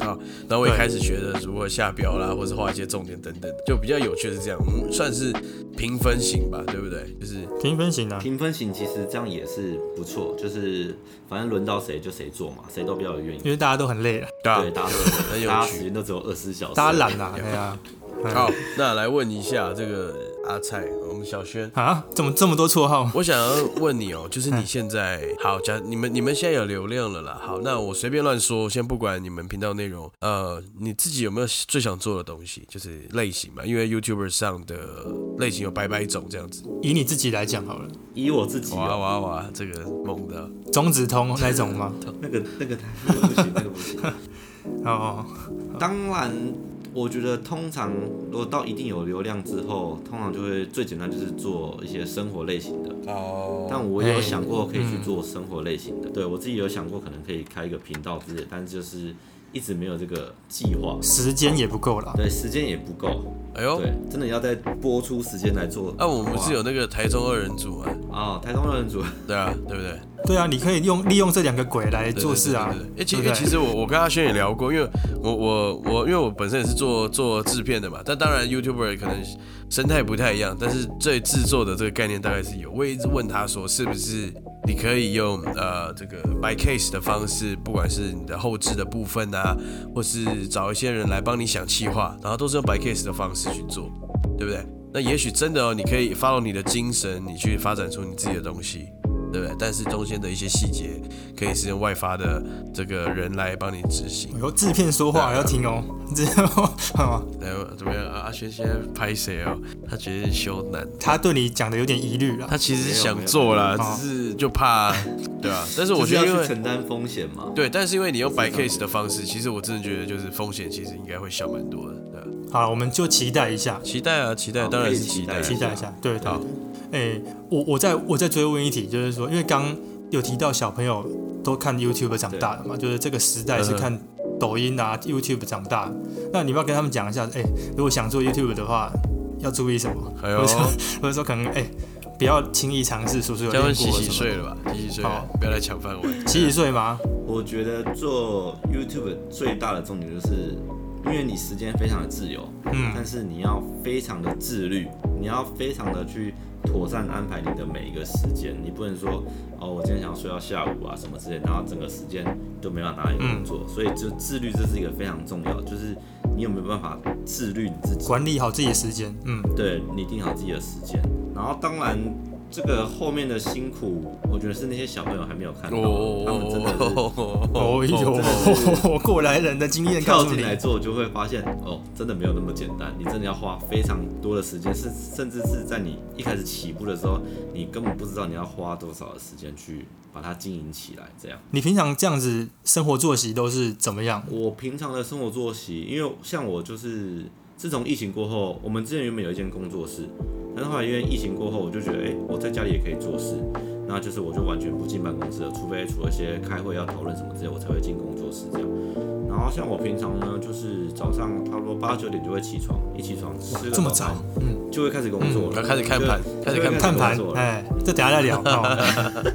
A: 好，然后我也
B: 对
A: 开始学着如何下标啦，或是画一些重点等等，就比较有趣的是这样，我们算是评分型吧，对不对？就是
B: 评分型啊，
C: 评分型其实这样也是不错，就是反正轮到谁就谁做嘛，谁都比较有愿意。
B: 因为大家都很累了，
A: 对啊
C: 对，大家
A: 很
C: 都
A: 有
C: 大家
A: 趣
C: 时间都只有二十四小时，
B: 大家懒啦，对啊。
A: 好，那来问一下这个阿菜，我们小轩，
B: 啊，怎么这么多绰号？
A: 我想要问你哦，就是你现在好，假你们你们现在有流量了啦，好，那我随便乱说，先不管你们频道内容，呃，你自己有没有最想做的东西，就是类型嘛？因为 YouTuber 上的类型有百百种这样子，
B: 以你自己来讲好了，
C: 以我自己
A: 哇
C: 哦，
A: 哇哇，这个猛的，
B: 中指通那种吗？
C: 那个那个那个不行，那个不行。
B: 哦，
C: 当然，我觉得通常如果到一定有流量之后，通常就会最简单就是做一些生活类型的。
A: 哦，嗯
C: 但我有想过可以去做生活类型的，对我自己有想过可能可以开一个频道之类的，但就是一直没有这个计划。
B: 时间也不够啦。
C: 对，时间也不够，
A: 哎呦，
C: 对，真的要再播出时间来做。
A: 那、啊我们是有那个台中二人组啊，
C: 啊、哦，台中人组，
A: 对啊，对不对？
B: 对啊，你可以用利用这两个鬼来做事啊
A: 对对对对对。而且因
B: 对
A: 为
B: 不对
A: 其实我我跟阿轩也聊过，因为我我我因为我本身也是做做制片的嘛，但当然 YouTuber 可能生态不太一样，但是对制作的这个概念大概是有。我也一直问他说，是不是你可以用呃这个 by case 的方式，不管是你的后置的部分啊，或是找一些人来帮你想企划，然后都是用 by case 的方式去做，对不对？那也许真的哦，你可以 follow 你的精神，你去发展出你自己的东西，对不对？但是中间的一些细节，可以是用外发的这个人来帮你执行
B: 以。后制片说话要听哦，之后哦
A: 来，哎怎么样？阿轩现在拍谁哦？他觉得羞难，
B: 他对你讲的有点疑虑啦。
A: 他其实想做啦，
B: 没有没有
A: 只是就怕，对啊。但是我觉得，因
C: 就是要去
A: 为
C: 承担风险嘛。
A: 对，但是因为你用白 case 的方式，其实我真的觉得就是风险其实应该会小蛮多的，对啊。
B: 好，我们就期待一下，
A: 期待啊，期待，
C: 好
A: 当然是
C: 可以期
A: 期待
C: 待
A: 啊。
B: 期待一下。对对
A: 好
B: 对，哎、我我再我再追问一题，就是说，因为刚有提到小朋友都看 YouTube 长大的嘛，就是这个时代是
A: 嗯
B: 看抖音啊、YouTube 长大的。那你要不要跟他们讲一下，哎、如果想做 YouTube 的话，要注意什么？
A: 哎
B: 或
A: 呦
B: 者，说，或者说可能哎、不要轻易尝试，叔叔有
A: 嘉
B: 练过
A: 温洗洗
B: 什么
A: 睡了吧，洗洗睡了
B: 好，
A: 不要来抢饭碗。
B: 的？洗洗睡吗？
C: 我觉得做 YouTube 最大的重点就是，因为你时间非常的自由，
B: 嗯
C: 但是你要非常的自律，你要非常的去妥善安排你的每一个时间，你不能说哦，我今天想要睡到下午啊什么之类，然后整个时间都没办法拿来工作，所以就自律这是一个非常重要，就是你有没有办法自律你自己，
B: 管理好自己的时间，嗯，
C: 对你定好自己的时间，然后当然。这个后面的辛苦，我觉得是那些小朋友还没有看到，
A: 哦
C: 哦他们真的 是
B: 哦 哟，过来人的经验告
C: 跳
B: 诉
C: 进
B: 你，
C: 来做，就会发现哦，真的没有那么简单。你真的要花非常多的时间，是甚至是在你一开始起步的时候，你根本不知道你要花多少的时间去把它经营起来。这样，
B: 你平常这样子生活作息都是怎么样？
C: 我平常的生活作息，因为像我就是自从疫情过后，我们之前原本有一间工作室，但是后来因为疫情过后，我就觉得哎、我在家里也可以做事，那就是我就完全不进办公室了，除非除了一些开会要讨论什么之类，我才会进工作室这样。然后像我平常呢，就是早上差不多八九点就会起床，一起床吃个
B: 这么早
C: 早餐，
B: 嗯，
C: 就会开始工作了，
A: 他开始看盘，开始看盘。
C: 对
B: 看盘
C: 工，作了
B: 哎，这等一下再聊，哦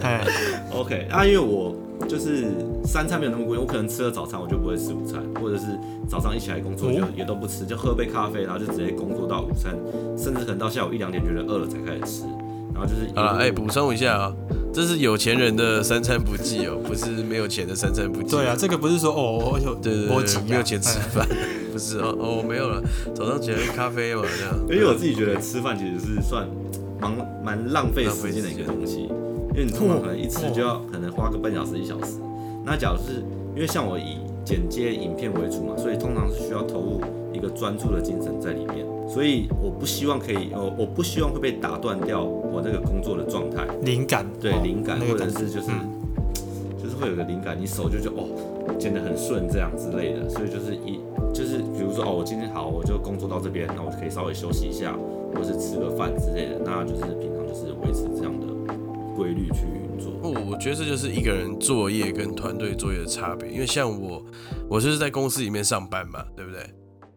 B: 哎，
C: OK，那、因啊为我就是三餐没有那么固定，我可能吃了早餐我就不会吃午餐，或者是早上一起来工作就
B: 哦
C: 也都不吃，就喝杯咖啡，然后就直接工作到午餐，甚至可能到下午一两点觉得饿了才开始吃，然后就是一路
A: 好了，哎，补充一下啊、这是有钱人的三餐不济哦，不是没有钱的三餐不济。
B: 对啊，，这个不是说哦，我有
A: 对对
B: 我
C: 啊
A: 对，
B: 几
A: 没有钱吃
B: 哎
A: 饭， 不是哦哦，没有了，早上起来喝咖啡嘛这样。
C: 因为我自己觉得吃饭其实是算蛮蛮浪费时间的嗯一个东西，因为你通常可能一吃就要可能花个半小时一小时。那假如是因为像我以剪接影片为主嘛，所以通常是需要投入一个专注的精神在里面，所以我不希望可以，呃，我不希望会被打断掉我那个工作的状态。
B: 灵感，
C: 对
B: 哦
C: 灵感，
B: 那
C: 或
B: 个
C: 者
B: 感觉
C: 是就是、
B: 嗯
C: 就是会有个灵感，你手就觉得哦剪得很顺这样之类的，所以就是一就是比如说哦我今天好我就工作到这边，那我就可以稍微休息一下，或是吃个饭之类的，那就是平常就是维持这样的规律去运作。
B: 哦
A: 不，哦我觉得这就是一个人作业跟团队作业的差别。因为像我，我就是在公司里面上班嘛，对不对？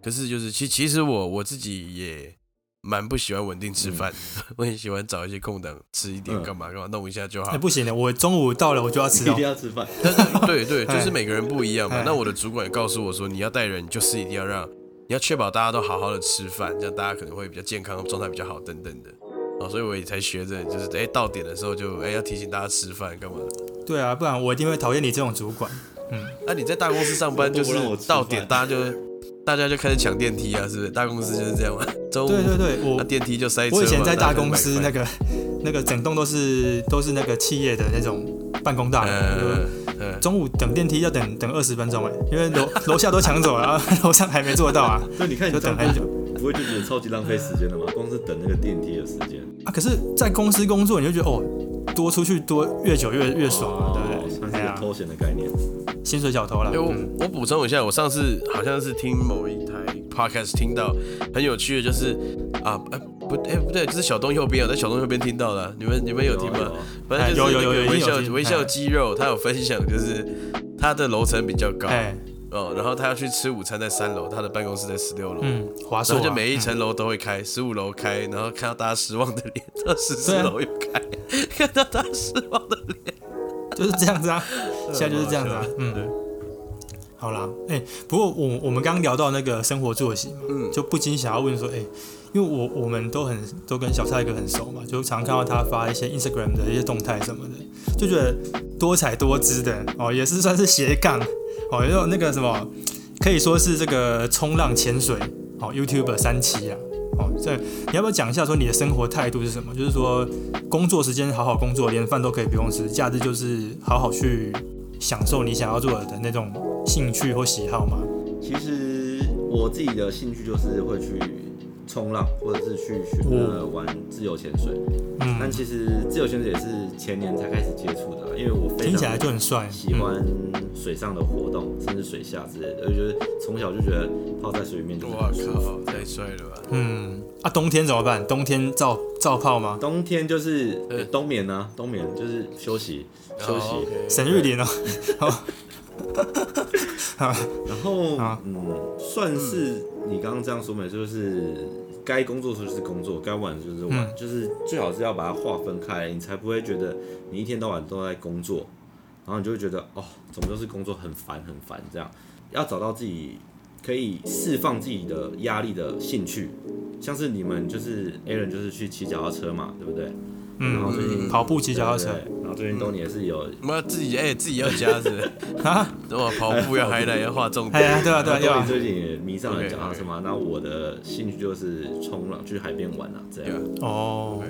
A: 可是就是其其实我我自己也蛮不喜欢稳定吃饭， 我也喜欢找一些空档吃一点，
C: 嗯
A: 干嘛干嘛弄一下就好
B: 哎。不行的，我中午到了我就要吃
C: 一
B: 哦
C: 定。要 吃饭，
A: 但是对 对，就是
B: 哎
A: 每个人不一样嘛
B: 哎。
A: 那我的主管也告诉我说，你要带人，你就是一定要让你要确保大家都好好的吃饭，这样大家可能会比较健康，状态比较好等等的。哦，所以我也才学着，就是哎到点的时候就哎要提醒大家吃饭干嘛的。
B: 对啊，不然我一定会讨厌你这种主管。
A: 那、你在大公司上班，就
C: 都不
A: 是
C: 让我吃
A: 到
C: 饭
A: 点大家就大家就开始抢电梯啊，是不是？大公司就是这样嘛，中午
B: 对对对，
A: 哦那
B: 我
A: 电梯就塞车嘛。
B: 我以前在大公
A: 家
B: 司
A: 就
B: 那
A: 买
B: 个 那个整栋都是都是那个企业的那种办公大楼。
A: 呃呃，
B: 中午等电梯要等等二十分钟哎，因为楼楼下都抢走了，然后楼上还没做到啊，
C: 所以你看你
B: 就
C: 这
B: 等
C: 样
B: 很久
C: 不会就觉得超级浪费时间了吗？光是等那个电梯的时间，
B: 啊。可是，在公司工作你就觉得哦，多出去多越久越越爽啊，对
C: 哦
B: 不
C: 算
B: 对？
C: 是
B: 哎
C: 一个
B: 呀，
C: 偷闲的概念。
B: 薪水小偷了
A: 哎、。我我补充一下，我上次好像是听某一台 podcast 听到很有趣的，就是啊，哎、不，哎、不对，这是小东右边，我在小东右边听到的啊，你们你们有听吗？
C: 有啊？
A: 反正就是
B: 哎有有
A: 那
B: 有
A: 个
B: 有
A: 微
B: 一定有
A: 笑
B: 听
A: 微笑肌肉，他有分享，就是他的楼层比较高，
B: 哎，
A: 哦，然后他要去吃午餐在三楼，他的办公室在十六楼，
B: 嗯，划
A: 然
B: 算
A: 后
B: 啊。
A: 就每一层楼都会开，十五楼开，然后看到大家失望的脸，到十四
B: 啊
A: 楼又开，看到大家失望的脸。
B: 就是这样子啊，现在就是这样子啊，嗯。好啦，哎、不过我我们刚刚聊到那个生活作息嘛，
A: 嗯
B: 就不禁想要问说，哎、因为我我们都很都跟小蔡哥很熟嘛，就常看到他发一些 Instagram 的一些动态什么的，就觉得多彩多姿的哦，也是算是斜杠哦，也有那个什么，可以说是这个冲浪、潜水哦，YouTube 三期啊。哦，这你要不要讲一下说你的生活态度是什么？就是说工作时间好好工作，连饭都可以不用吃，假日就是好好去享受你想要做的那种兴趣或喜好嘛。
C: 其实我自己的兴趣就是会去冲浪，或者是去学
B: 嗯
C: 呃玩自由潜水。但
B: 嗯，
C: 其实自由潜水也是前年才开始接触的啊，因为我非
B: 听起来
C: 常
B: 就很帅。
C: 喜欢水上的活动，甚至水下之类的。我觉得从小就觉得泡在水里面就是
A: 哇
C: 很舒服。
A: 靠，太帅了吧！
B: 嗯，啊，冬天怎么办？冬天照照泡吗？
C: 冬天就是
A: 对
C: 冬眠啊，冬眠就是休息休息。
B: 沈玉林哦，
C: 然后
B: 啊
C: 嗯，算是你刚刚这样说嘛，就是该工作的时候就是工作，该玩的就是玩，
B: 嗯
C: 就是最好是要把它划分开来，你才不会觉得你一天到晚都在工作，然后你就会觉得哦，怎么都是工作很烦很烦这样。要找到自己可以释放自己的压力的兴趣，像是你们就是 Aaron 就是去骑脚踏车嘛，对不对？然
B: 嗯，
C: 后哦最近
B: 跑步、骑脚踏车嗯
C: 对，对对然后最近东尼也是有
A: 妈自己哎、自己要加是不 是
B: 啊，
A: 哇跑步要 h 来要画重
B: 哎呀，
A: 点，
B: 对啊，对啊，对
C: 那你
B: 啊，
C: 最近也迷上了脚踏车嘛？那我的兴趣就是冲浪，去海边玩啊，这样
A: Yeah
B: 哦
A: OK，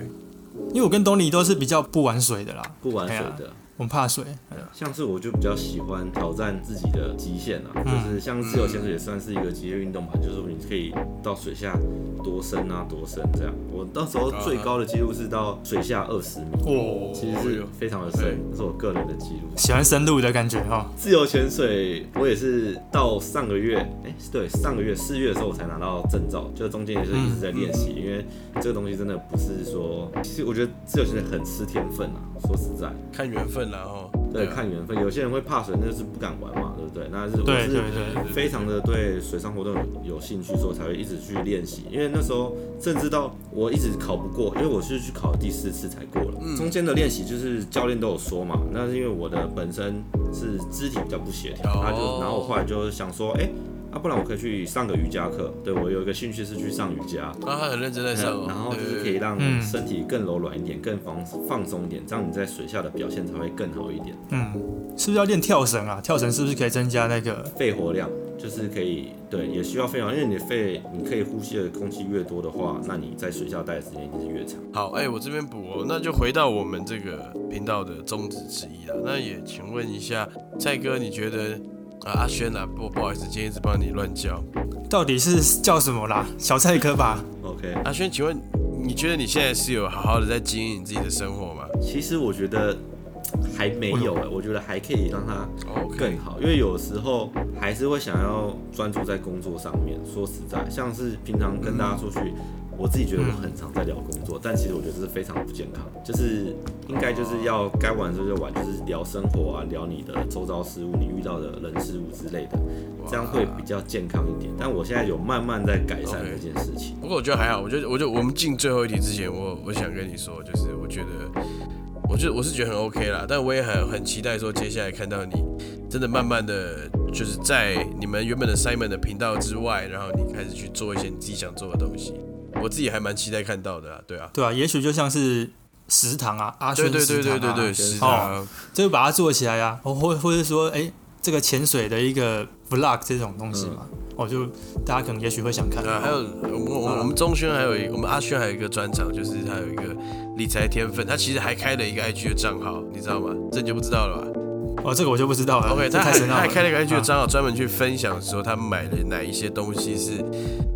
B: 因为我跟东尼都是比较不玩水的啦，
C: 不玩水
B: 哎
C: 的。
B: 我们怕水。
C: 像是我就比较喜欢挑战自己的极限
B: 嗯
C: 啊，就是像自由潜水也算是一个极限运动吧，就是你可以到水下多深啊多深这样。我到时
B: 啊
C: 候最高的记录是到水下二十米，
B: 哦，
C: 其实是非常的
A: 哎
C: 深，这是我个人的记录。
B: 喜欢深入的感觉哈、
C: 自由潜水，我也是到上个月，哎、对，上个月四月的时候我才拿到证照，就中间也是一直在练习，因为这个东西真的不是说，其实我觉得自由潜水很吃天分啊，说实在，
A: 看缘分啦哦。
C: 对，
A: 啊，
C: 看缘分，有些人会怕水，那就是不敢玩嘛，对不对？那是我
B: 对对
C: 是
B: 对，
C: 非常的对水上活动有有兴趣，所以我才会一直去练习。因为那时候甚至到我一直考不过，因为我是去考第四次才过
A: 嗯
C: 了。中间的练习就是教练都有说嘛，那是因为我的本身是肢体比较不协调，
A: 哦
C: 他就然后我后来就是想说，哎、啊，不然我可以去上个瑜伽课。对我有一个兴趣是去上瑜伽，
A: 啊，他很认真在上哦，
C: 然后就
A: 对
C: 是可以让
B: 嗯
C: 身体更柔软一点，更放放松一点，这样你在水下的表现才会更好一点。
B: 嗯，是不是要练跳绳啊？跳绳是不是可以增加那个？
C: 肺活量就是可以，对，也需要肺活量，因为你的肺你可以呼吸的空气越多的话，那你在水下待的时间一定是越长。
A: 好，哎、我这边补哦，那就回到我们这个频道的宗旨之一啦。那也请问一下，蔡哥，你觉得啊，阿轩啊，不不好意思，今天一直帮你乱叫。
B: 到底是叫什么啦？小菜科吧？
C: OK，
A: 阿轩，请问你觉得你现在是有好好的在经营你自己的生活吗
C: 其实我觉得还没有哎、我觉得还可以让它
A: ？OK，
C: 更好，因为有时候还是会想要专注在工作上面。说实在，像是平常跟大家出去，我自己觉得我很常在聊工
A: 嗯
C: 作，但其实我觉得这是非常不健康。就是应该就是要该玩的时候就玩，就是聊生活啊，聊你的周遭事物，你遇到的人事物之类的，这样会比较健康一点。但我现在有慢慢在改善
A: OK
C: 这件事情。
A: 不过我觉得还好，我觉得，我就我们进最后一题之前，我我想跟你说，就是我觉得，我觉得我是觉得很 OK 啦，但我也很很期待说接下来看到你真的慢慢的就是在你们原本的 Simon 的频道之外，然后你开始去做一些你自己想做的东西，我自己还蛮期待看到的啦，对啊，
B: 对啊，也许就像是食堂啊，阿
A: 对
B: 轩
A: 对对
B: 食
A: 对
B: 堂
A: 对
B: 啊，
A: 对，
C: 就是
A: 是啊，
B: 这就把它做起来啊，或或或者说，哎，这个潜水的一个 vlog 这种东西嘛，哦，就大家可能也许会想看。
A: 嗯对啊，还有我们我们我们中轩还有一个我们阿轩还有一个专场，就是他有一个理财天分，他其实还开了一个 IG 的账号，你知道吗？这你就不知道了吧？
B: 哦，这个我就不知道了。
A: OK，
B: 这
A: 他
B: 太
A: 还
B: 深
A: 他
B: 奥了。
A: 还开了个 IG 的
B: 啊
A: 账号，专门去分享说他买了哪一些东西是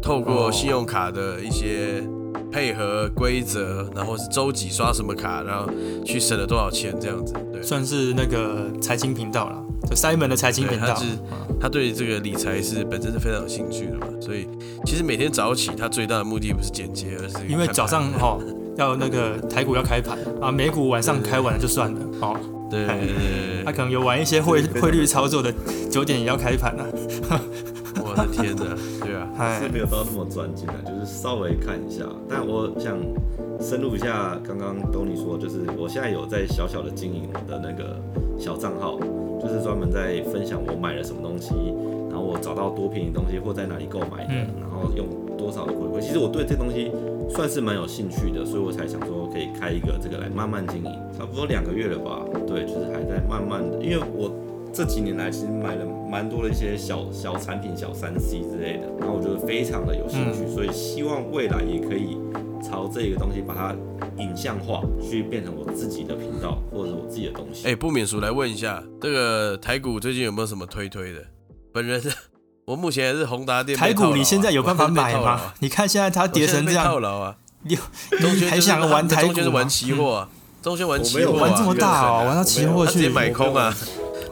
A: 透过
B: 哦
A: 信用卡的一些配合规则，然后是周几刷什么卡，然后去省了多少钱这样子。对，
B: 啊算是那个财经频道啦，就 Simon 的财经频
A: 对
B: 道
A: 他是。
B: 啊
A: 他对这个理财是本身是非常有兴趣的嘛，所以其实每天早起，他最大的目的不是剪接，而是
B: 因为
A: 看
B: 早上
A: 盘
B: 哦哈、要那个台股要开盘啊，美股晚上开完了就算了哦。
A: 对对对对
B: 他、 可能有玩一些汇汇率操作的，九点也要开盘了、啊
A: 对，我的天哪，对啊，
B: 哎
C: 是，没有到那么专精的，就是稍微看一下。但我想深入一下刚刚 Tony 说，就是我现在有在小小的经营我的那个小账号，就是专门在分享我买了什么东西，然后我找到多便宜的东西或在哪里购买的，
B: 嗯
C: 然后用多少的回馈。其实我对这东西算是蛮有兴趣的，所以我才想说可以开一个这个来慢慢经营，差不多两个月了吧？对，就是还在慢慢的，因为我这几年来其实买了蛮多的一些小小产品、小三 C 之类的，然后我觉得非常的有兴趣，
B: 嗯
C: 所以希望未来也可以朝这个东西把它影像化，去变成我自己的频道或者是我自己的东西。
A: 哎、不免俗来问一下，这个台股最近有没有什么推推的？本人我目前还是宏达电被
B: 台
A: 套牢
B: 股
A: 啊
B: 你现在有办法买
A: 我 现在被套牢
B: 吗
A: 啊？
B: 你看现在它
A: 我现
B: 跌
A: 在
B: 成
A: 被
B: 这样
A: 套，牢啊！
B: 你
A: 中
B: 你
A: 轩
B: 还想玩台
A: 中
B: 股
A: 轩是
B: 吗
A: 玩？期货、啊，中轩玩期
C: 我没
A: 货、
C: 有
A: 啊，
B: 玩这么大哦，玩到期货
A: 他直接
B: 去，
A: 买空啊，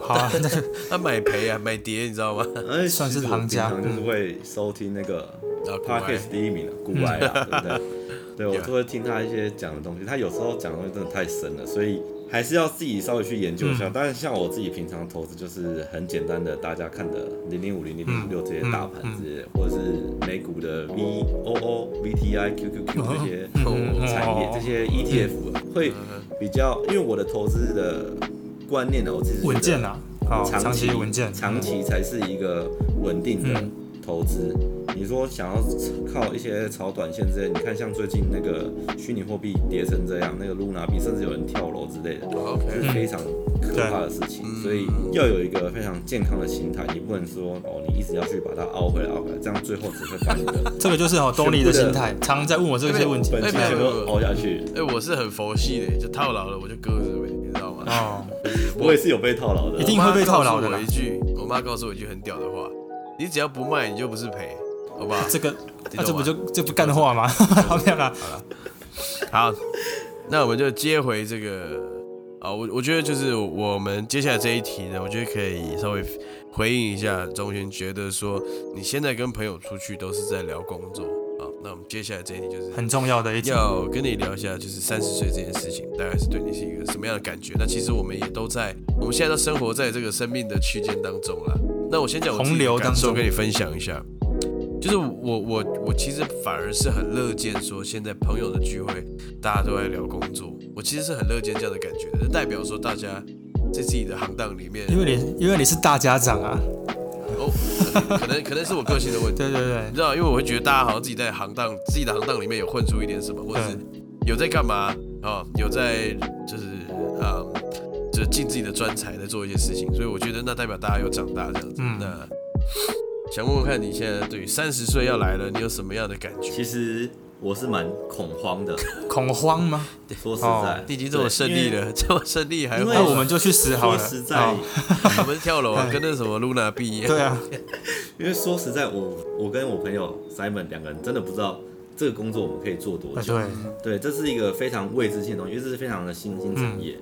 B: 好啊，那就
A: 他买赔啊，买跌，你知道吗？
C: 而且
B: 哎算是
C: 其实我
B: 行家嗯
C: 平常哎就是会收听那个
A: 啊，股
C: p o d c a
A: 癌
C: s t 第一名了，古白
B: 啊
C: 啦，对不对？ 对，我就会听他一些讲的东西，他有时候讲的东西真的太深了，所以还是要自己稍微去研究一下。
B: 嗯
C: 但是像我自己平常投资，就是很简单的，大家看的零零五零零
B: 嗯
C: 零六这些大盘之类的，或者是美股的 V O O V T I Q Q Q 这些
A: 啊
B: 嗯
C: 产业
B: 哦嗯
C: 这些 E ETF 啊会比较，因为我的投资的观念呢，我自己
B: 稳健啊，好，
C: 长
B: 长期稳健，
C: 长期才是一个稳定的
B: 嗯
C: 投资。你说想要靠一些炒短线之类，你看像最近那个虚拟货币跌成这样，那个 Luna 币甚至有人跳楼之类的，这
A: OK，
B: 嗯
C: 是非常可怕的事情。所以要有一个非常健康的心态，你不能说哦，你一直要去把它凹回来凹回来，这样最后只会把你的
B: 这个就是好
C: 全部
B: Tony 的
C: 的
B: 心态，常在问我这些问题
C: 本金全部都凹下去。
A: 哎、我是很佛系的，就套牢了我就割着呗，你知道吗？
B: 哦。
C: 我也是有被套牢的
B: 一，定会被套牢的
A: 我妈告诉我
B: 啦
A: 一句，我妈告诉我一句很屌的话：你只要不卖，你就不是赔，好不好？
B: 这个，
A: 你懂
B: 啊、这不
A: 吗
B: 就这不干话吗？ 好啊没有啦，
A: 好，那我们就接回这个啊，我我觉得就是我们接下来这一题呢，我觉得可以稍微回应一下钟轩，觉得说你现在跟朋友出去都是在聊工作啊，那我们接下来这一题就是
B: 很重要的一 点。
A: 要跟你聊一下，就是三十岁这件事情，大概是对你是一个什么样的感觉？那其实我们也都在，我们现在都生活在这个生命的区间当中啦。那我先讲我自己
B: 洪
A: 的
B: 流
A: 感
B: 当
A: 受，
B: 中
A: 跟你分享一下。就是我我我其实反而是很乐见说，现在朋友的聚会大家都在聊工作，我其实是很乐见这样的感觉的，代表说大家在自己的行当里面，
B: 因为你因为你是大家长啊，
A: 我可能可能是我个性的问题，
B: 对对对
A: 你，知道，因为我会觉得大家好像自己在行当自己的行当里面有混出一点什么，或者是有在干嘛啊、有在就是啊、就是尽自己的专才在做一些事情，所以我觉得那代表大家有长大这样子。
B: 嗯
A: 那想问问看你现在对于三十岁要来了，你有什么样的感觉？
C: 其实我是蛮恐慌的，
B: 恐慌吗？
C: 说实在，
A: 哦你已经这么胜利
C: 对。因为
A: 了，这么胜利还
C: 因为嗯
B: 那
A: 我
B: 我们就去死好
C: 说
B: 了。
C: 实在
B: 哦，
A: 我们跳 楼啊，跟那什么 Luna 毕业，
B: 对啊，
C: 因为说实在，我我跟我朋友 Simon 两个人真的不知道这个工作我们可以做多
B: 啊
C: 久。
B: 对，
C: 对，这是一个非常未知性的东西，因为这是非常的新兴产业。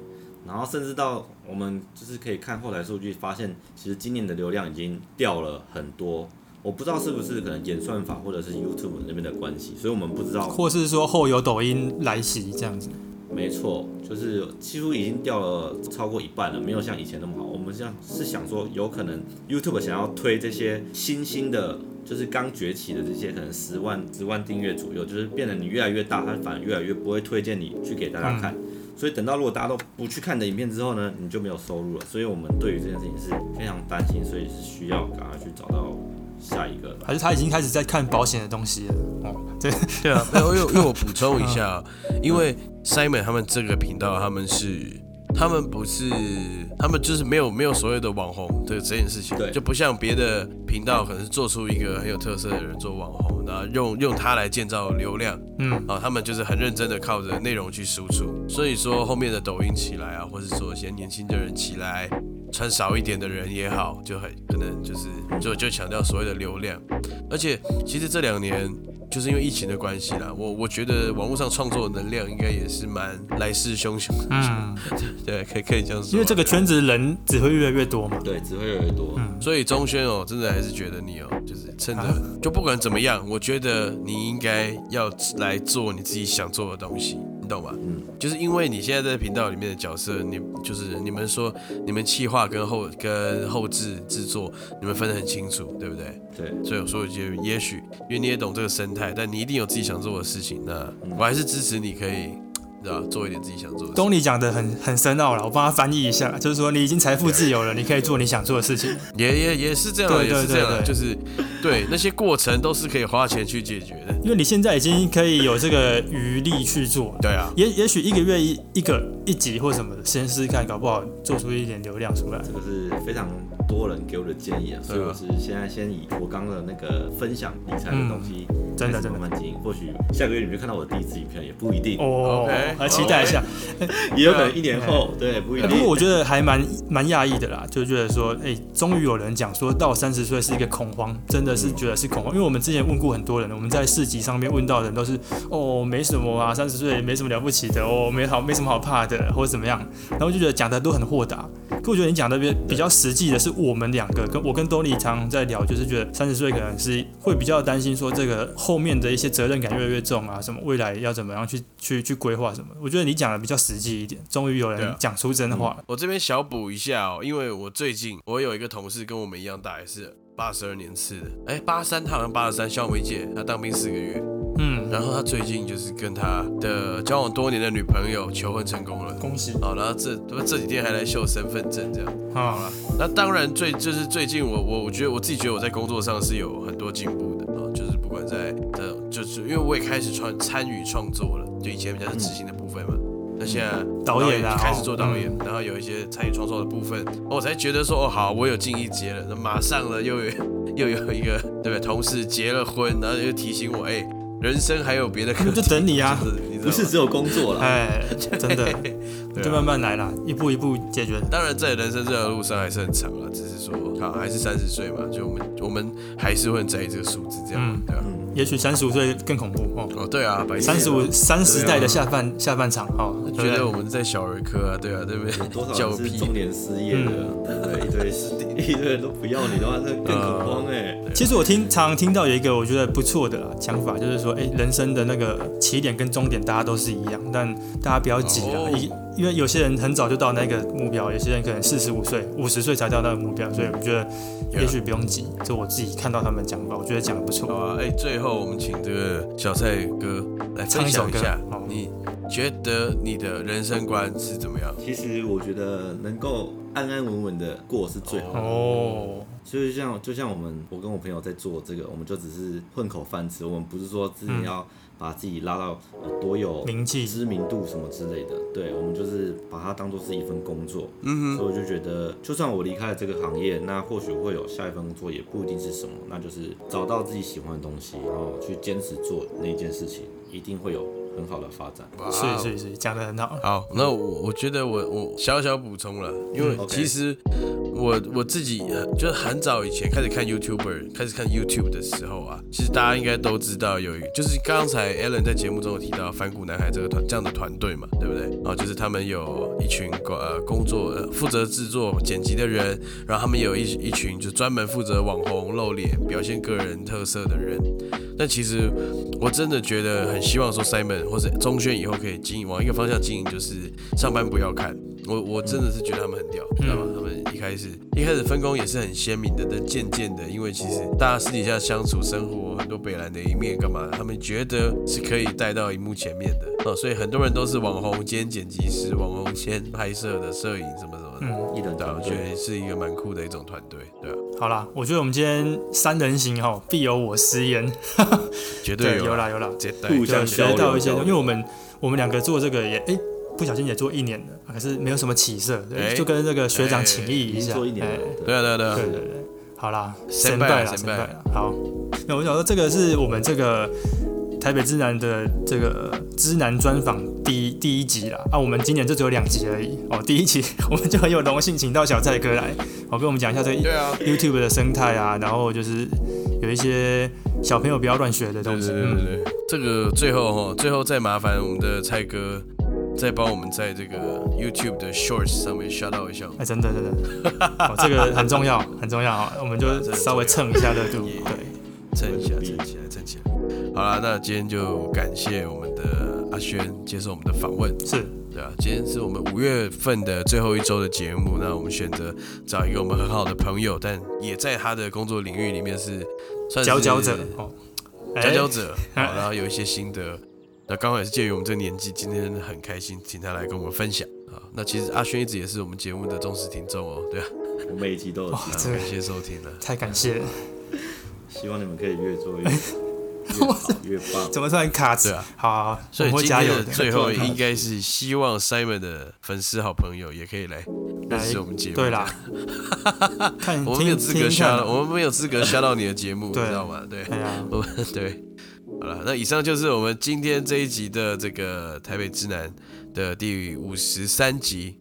C: 然后甚至到我们就是可以看后台数据，发现其实今年的流量已经掉了很多。我不知道是不是可能演算法或者是 YouTube 那边的关系，所以我们不知道。
B: 或是说后有抖音来袭这样子。
C: 没错，就是几乎已经掉了超过一半了，没有像以前那么好。我们像是想说，有可能 YouTube 想要推这些新兴的，就是刚崛起的这些，可能十万、十万订阅左右，就是变得你越来越大，它反而越来越不会推荐你去给大家看。所以等到如果大家都不去看你的影片之后呢，你就没有收入了。所以我们对于这件事情是非常担心，所以是需要赶快去找到下一个。
B: 还是他已经开始在看保险的东西了。哦，对，
A: 对啊，没有，因为因为我补充一下啊，因为 Simon 他们这个频道，他们是他们不是他们就是没有没有所谓的网红的这件事情，
C: 对
A: 就不像别的频道可能是做出一个很有特色的人做网红，然后用用它来建造流量
B: 嗯，
A: 啊，他们就是很认真的靠着内容去输出，所以说后面的抖音起来啊，或是说一些年轻的人起来。穿少一点的人也好，就很可能就是就就强调所谓的流量，而且其实这两年就是因为疫情的关系啦，我我觉得网络上创作的能量应该也是蛮来势汹汹的，
B: 嗯，
A: 对，可以可以这样说。啊
B: 因为这个，圈子人只会越来越多嘛。嗯
C: 对，只会越来越多。
A: 所以钟轩哦，真的还是觉得你哦，就是趁着、
B: 啊
A: 就不管怎么样，我觉得你应该要来做你自己想做的东西，你懂吧？
C: 嗯，
A: 就是因为你现在在频道里面的角色，你就是你们说你们企划跟后跟后置制作，你们分得很清楚，对不对？
C: 对。
A: 所以我说，就也许，因为你也懂这个生态，但你一定有自己想做的事情。那我还是支持你可以，你知道，做一点自己想做的事
B: 东尼讲的很很深奥了，我帮他翻译一下，就是说你已经财富自由了，你可以做你想做的事情。
A: 也也也是这样的，
B: 对
A: 也是
B: 对
A: 这样的，
B: 对对
A: 就是对那些过程都是可以花钱去解决的。
B: 因为你现在已经可以有这个余力去做了。
A: 对啊，
B: 也也许一个月一一个一集或什么的，先试试看，搞不好做出一点流量出来。
C: 这个是非常多人给我的建议啊，所以我是现在先以我刚刚的那个分享理财的东西，
B: 嗯真的
C: 开始
B: 真的
C: 慢慢经营。或许下个月你们就看到我的第一支影片，也不一定，
B: 哦
A: OK，，
B: 来期待一下。
C: 也有可能一年后，对，不一
B: 哎不过
C: 定。
B: 我觉得还蛮蛮讶异的啦，就觉得说，哎、终于有人讲说到三十岁是一个恐慌，真的是觉得是恐慌，因为我们之前问过很多人，我们在市集上面问到的人都是，哦，没什么啊，三十岁没什么了不起的，哦，没好没什么好怕的，或者怎么样，然后就觉得讲的都很豁达。可我觉得你讲的比比较实际的是，我们两个跟我跟多利常在聊，就是觉得三十岁可能是会比较担心说这个后面的一些责任感越来越重啊，什么未来要怎么样去去去规划什么。我觉得你讲的比较实际一点，终于有
A: 对啊
B: 人讲出真话了。
A: 我这边小补一下哦，因为我最近我有一个同事跟我们一样大，也是八十二年次的，哎，八三，他好像八十三，肖梅姐，她当兵四个月，
B: 嗯，
A: 然后她最近就是跟她的交往多年的女朋友求婚成功了。
B: 恭喜
A: 好，然后这这几天还来秀身份证这样。
B: 啊！
A: 那当然最就是最近我我我觉得我自己觉得我在工作上是有很多进步的啊，就是不管在呃就是因为我也开始创参与创作了，就以前比较是执行的部分嘛。那现在
B: 导演啊
A: 然后开始做导演
B: 哦，
A: 然后有一些参与创作的部分，我才觉得说哦好，我有进一阶了。那马上呢又有 又有一个对不对同事结了婚，然后又提醒我哎，人生还有别的课题，
B: 就等你啊
A: 就是 你知道
C: 不
A: 吗
C: 是只有工作啦，
B: 哎， 真的，
A: 对啊
B: 就慢慢来啦，一步一步解决。
A: 当然，在人生这条路上还是很长了，啊只是说，好，还是三十岁嘛，就我们我们还是会很在意这个数字，这样，
B: 嗯
A: 对啊，
B: 也许三十五岁更恐怖哦，
A: 哦，对啊，白痴
B: 三十五三十代的下半下半场哦，
A: 觉
B: 对不对
A: 得我们在小儿科啊，对啊，对不
C: 有嗯 多
A: 对？
C: 少
A: 叫
C: 人是
A: 屁
C: 中，年失业的，对
B: 嗯
C: 不对？一堆失一堆人都不要你的话，那更恐慌哎。
B: 其实我听常听到有一个我觉得不错的啦想法，就是说，哎，人生的那个起点跟终点大家都是一样，但大家不要急啊
A: 哦，
B: 因、因为有些人很早就到那个目标，有些人可能四十五岁、五十岁才到那个目标，所以我觉得也许不用急。这我自己看到他们讲法，我觉得讲的不错
A: 好。啊，哎，最后我们请这个小蔡哥来分享一下
B: 唱一首歌好，
A: 你觉得你的人生观是怎么样？
C: 其实我觉得能够安安稳稳的过是最好的。
B: 哦，
C: 所以就像就像我们，我跟我朋友在做这个，我们就只是混口饭吃，我们不是说自己要把自己拉到呃多有
B: 名气
C: 知名度什么之类的。对，我们就是把它当做是一份工作。
A: 嗯哼，
C: 所以我就觉得，就算我离开了这个行业，那或许会有下一份工作，也不一定是什么，那就是找到自己喜欢的东西，然后去坚持做那件事情，一定会有很好的发展。
A: 哇
B: 是是是，讲的很好。
A: 好，那我我觉得我我小小补充了，因为
C: 嗯，OK
A: 其实我我自己呃就是很早以前开始看 YouTuber，开始看 YouTube 的时候啊，其实大家应该都知道有一，就是刚才 Alan 在节目中有提到反骨男孩这个团这样的团队嘛，对不对？然后就是他们有一群工呃工作呃负责制作剪辑的人，然后他们有一一群就专门负责网红露脸、表现个人特色的人，但其实我真的觉得很希望说 Simon 或者钟轩以后可以经营往一个方向经营，就是上班不要看。我我真的是觉得他们很屌，知道吗？他们一开始一开始分工也是很鲜明的，但渐渐的，因为其实大家私底下相处、生活很多北兰的一面干嘛，他们觉得是可以带到荧幕前面的啊、哦所以很多人都是网红兼剪辑师、网红兼拍摄的摄影什么什么的，
B: 嗯，
C: 一人
A: 对啊，
C: 团
A: 我觉
C: 队，
A: 得是一个蛮酷的一种团队，对啊，
B: 好啦，我觉得我们今天三人行哈，必有我师焉。
A: 绝对有啊
B: 有
A: 啦，
B: 啦有啦，
A: 绝对
C: 互
A: 有
C: 相
B: 对，
C: 交
B: 学到
C: 流
B: 一些，
C: 交
B: 因
C: 流
B: 为我们我们两个做这个也哎、诶不小心也做一年了，啊可是没有什么起色，对
A: 哎
B: 就跟这个学长请益
C: 已
B: 一
C: 经
B: 下。
C: 做一年
B: 哎
C: 了，
A: 对啊对啊对啊
B: 对，对对，好啦，
A: 先
B: 先
A: 拜
B: 拜
A: 啦
B: 啦，
A: 先
B: 先
A: 拜
B: 拜啦。好，那我想说，这个是我们这个台北之南的这个之南专访第一第一集啦。啊，我们今年就只有两集而已。哦，第一集 我们就很有荣幸请到小蔡哥来，哦，跟我们讲一下这个
A: 对啊，
B: YouTube 的生态啊，然后就是有一些小朋友不要乱学的
A: 对
B: 东
A: 对
B: 西。
A: 对
B: 嗯，
A: 对对，这个最后哈，最后再麻烦我们的蔡哥，再帮我们在这个 YouTube 的 Shorts 上面 shout out 一下。
B: 哎，真的真的，哦，这个很重要，很重要啊，我们就稍微蹭一下热度，对。
A: 撑一下，撑起来，撑起来。好啦，那今天就感谢我们的阿轩接受我们的访问，
B: 是，
A: 对啊，今天是我们五月份的最后一周的节目，那我们选择找一个我们很好的朋友，但也在他的工作领域里面是算是
B: 佼佼者哦，哎
A: 佼佼者，好，然后有一些心得。那刚好也是介于我们这个年纪，今天很开心，请他来跟我们分享啊。那其实阿轩一直也是我们节目的忠实听众哦，对啊，
C: 我每一集都有
B: 哇
C: 听，，
B: 这个
A: 感谢收听了。啊
B: 太感谢了。
C: 希望你们可以越 做越越好越棒。
B: 怎么突然卡住？
A: 对啊
B: 好好好，
A: 所以
B: 我会
A: 今
B: 加
A: 天
B: 油
A: 的
B: 的啊
A: 最后应该是希望 Simon 的粉丝好朋友也可以来认识我们节目。
B: 对啦，看
A: 我们
B: 嗯听
A: 没有资格
B: 听看
A: 下，我们没有资格下到你的 节目，你
B: 对
A: 知道吗？对，
B: 哎呀，
A: 我们对，好了，那以上就是我们今天这一集的这个台北之南的第五十三集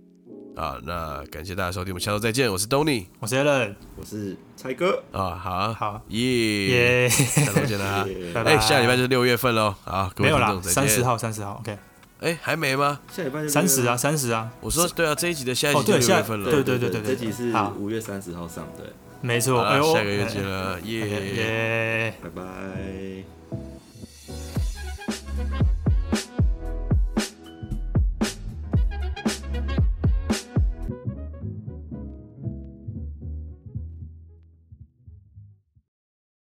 A: 啊。那感谢大家收听，我们下周再见。我是 Tony
B: 我是 Allen，
C: 我是蔡哥，
A: 啊，好，
B: 好，
A: 耶，
B: 耶，
A: 下周见 啦。
C: 耶
B: 拜拜。
A: 哎，下礼拜就是六月份喽，好，各位
B: 没有
A: 听
B: 啦
A: 众，再
B: 三十
A: 见。
B: 号，三十号，OK，
A: 哎，还没吗？
C: 下礼拜就
B: 三十
C: 啊。
B: 啊，三十啊，
A: 我说对啊，这一集的下一集
B: 哦
A: 就
B: 对
A: 六
B: 下
A: 月份了。
B: 对对对对对
C: 这集是
B: 好
C: 五月三十号上，对，
B: 没
A: 好
B: 错。哎
A: 啦
B: 呦，
A: 下个月见了，
B: 哎，
A: 耶。
B: 耶。
C: 拜拜。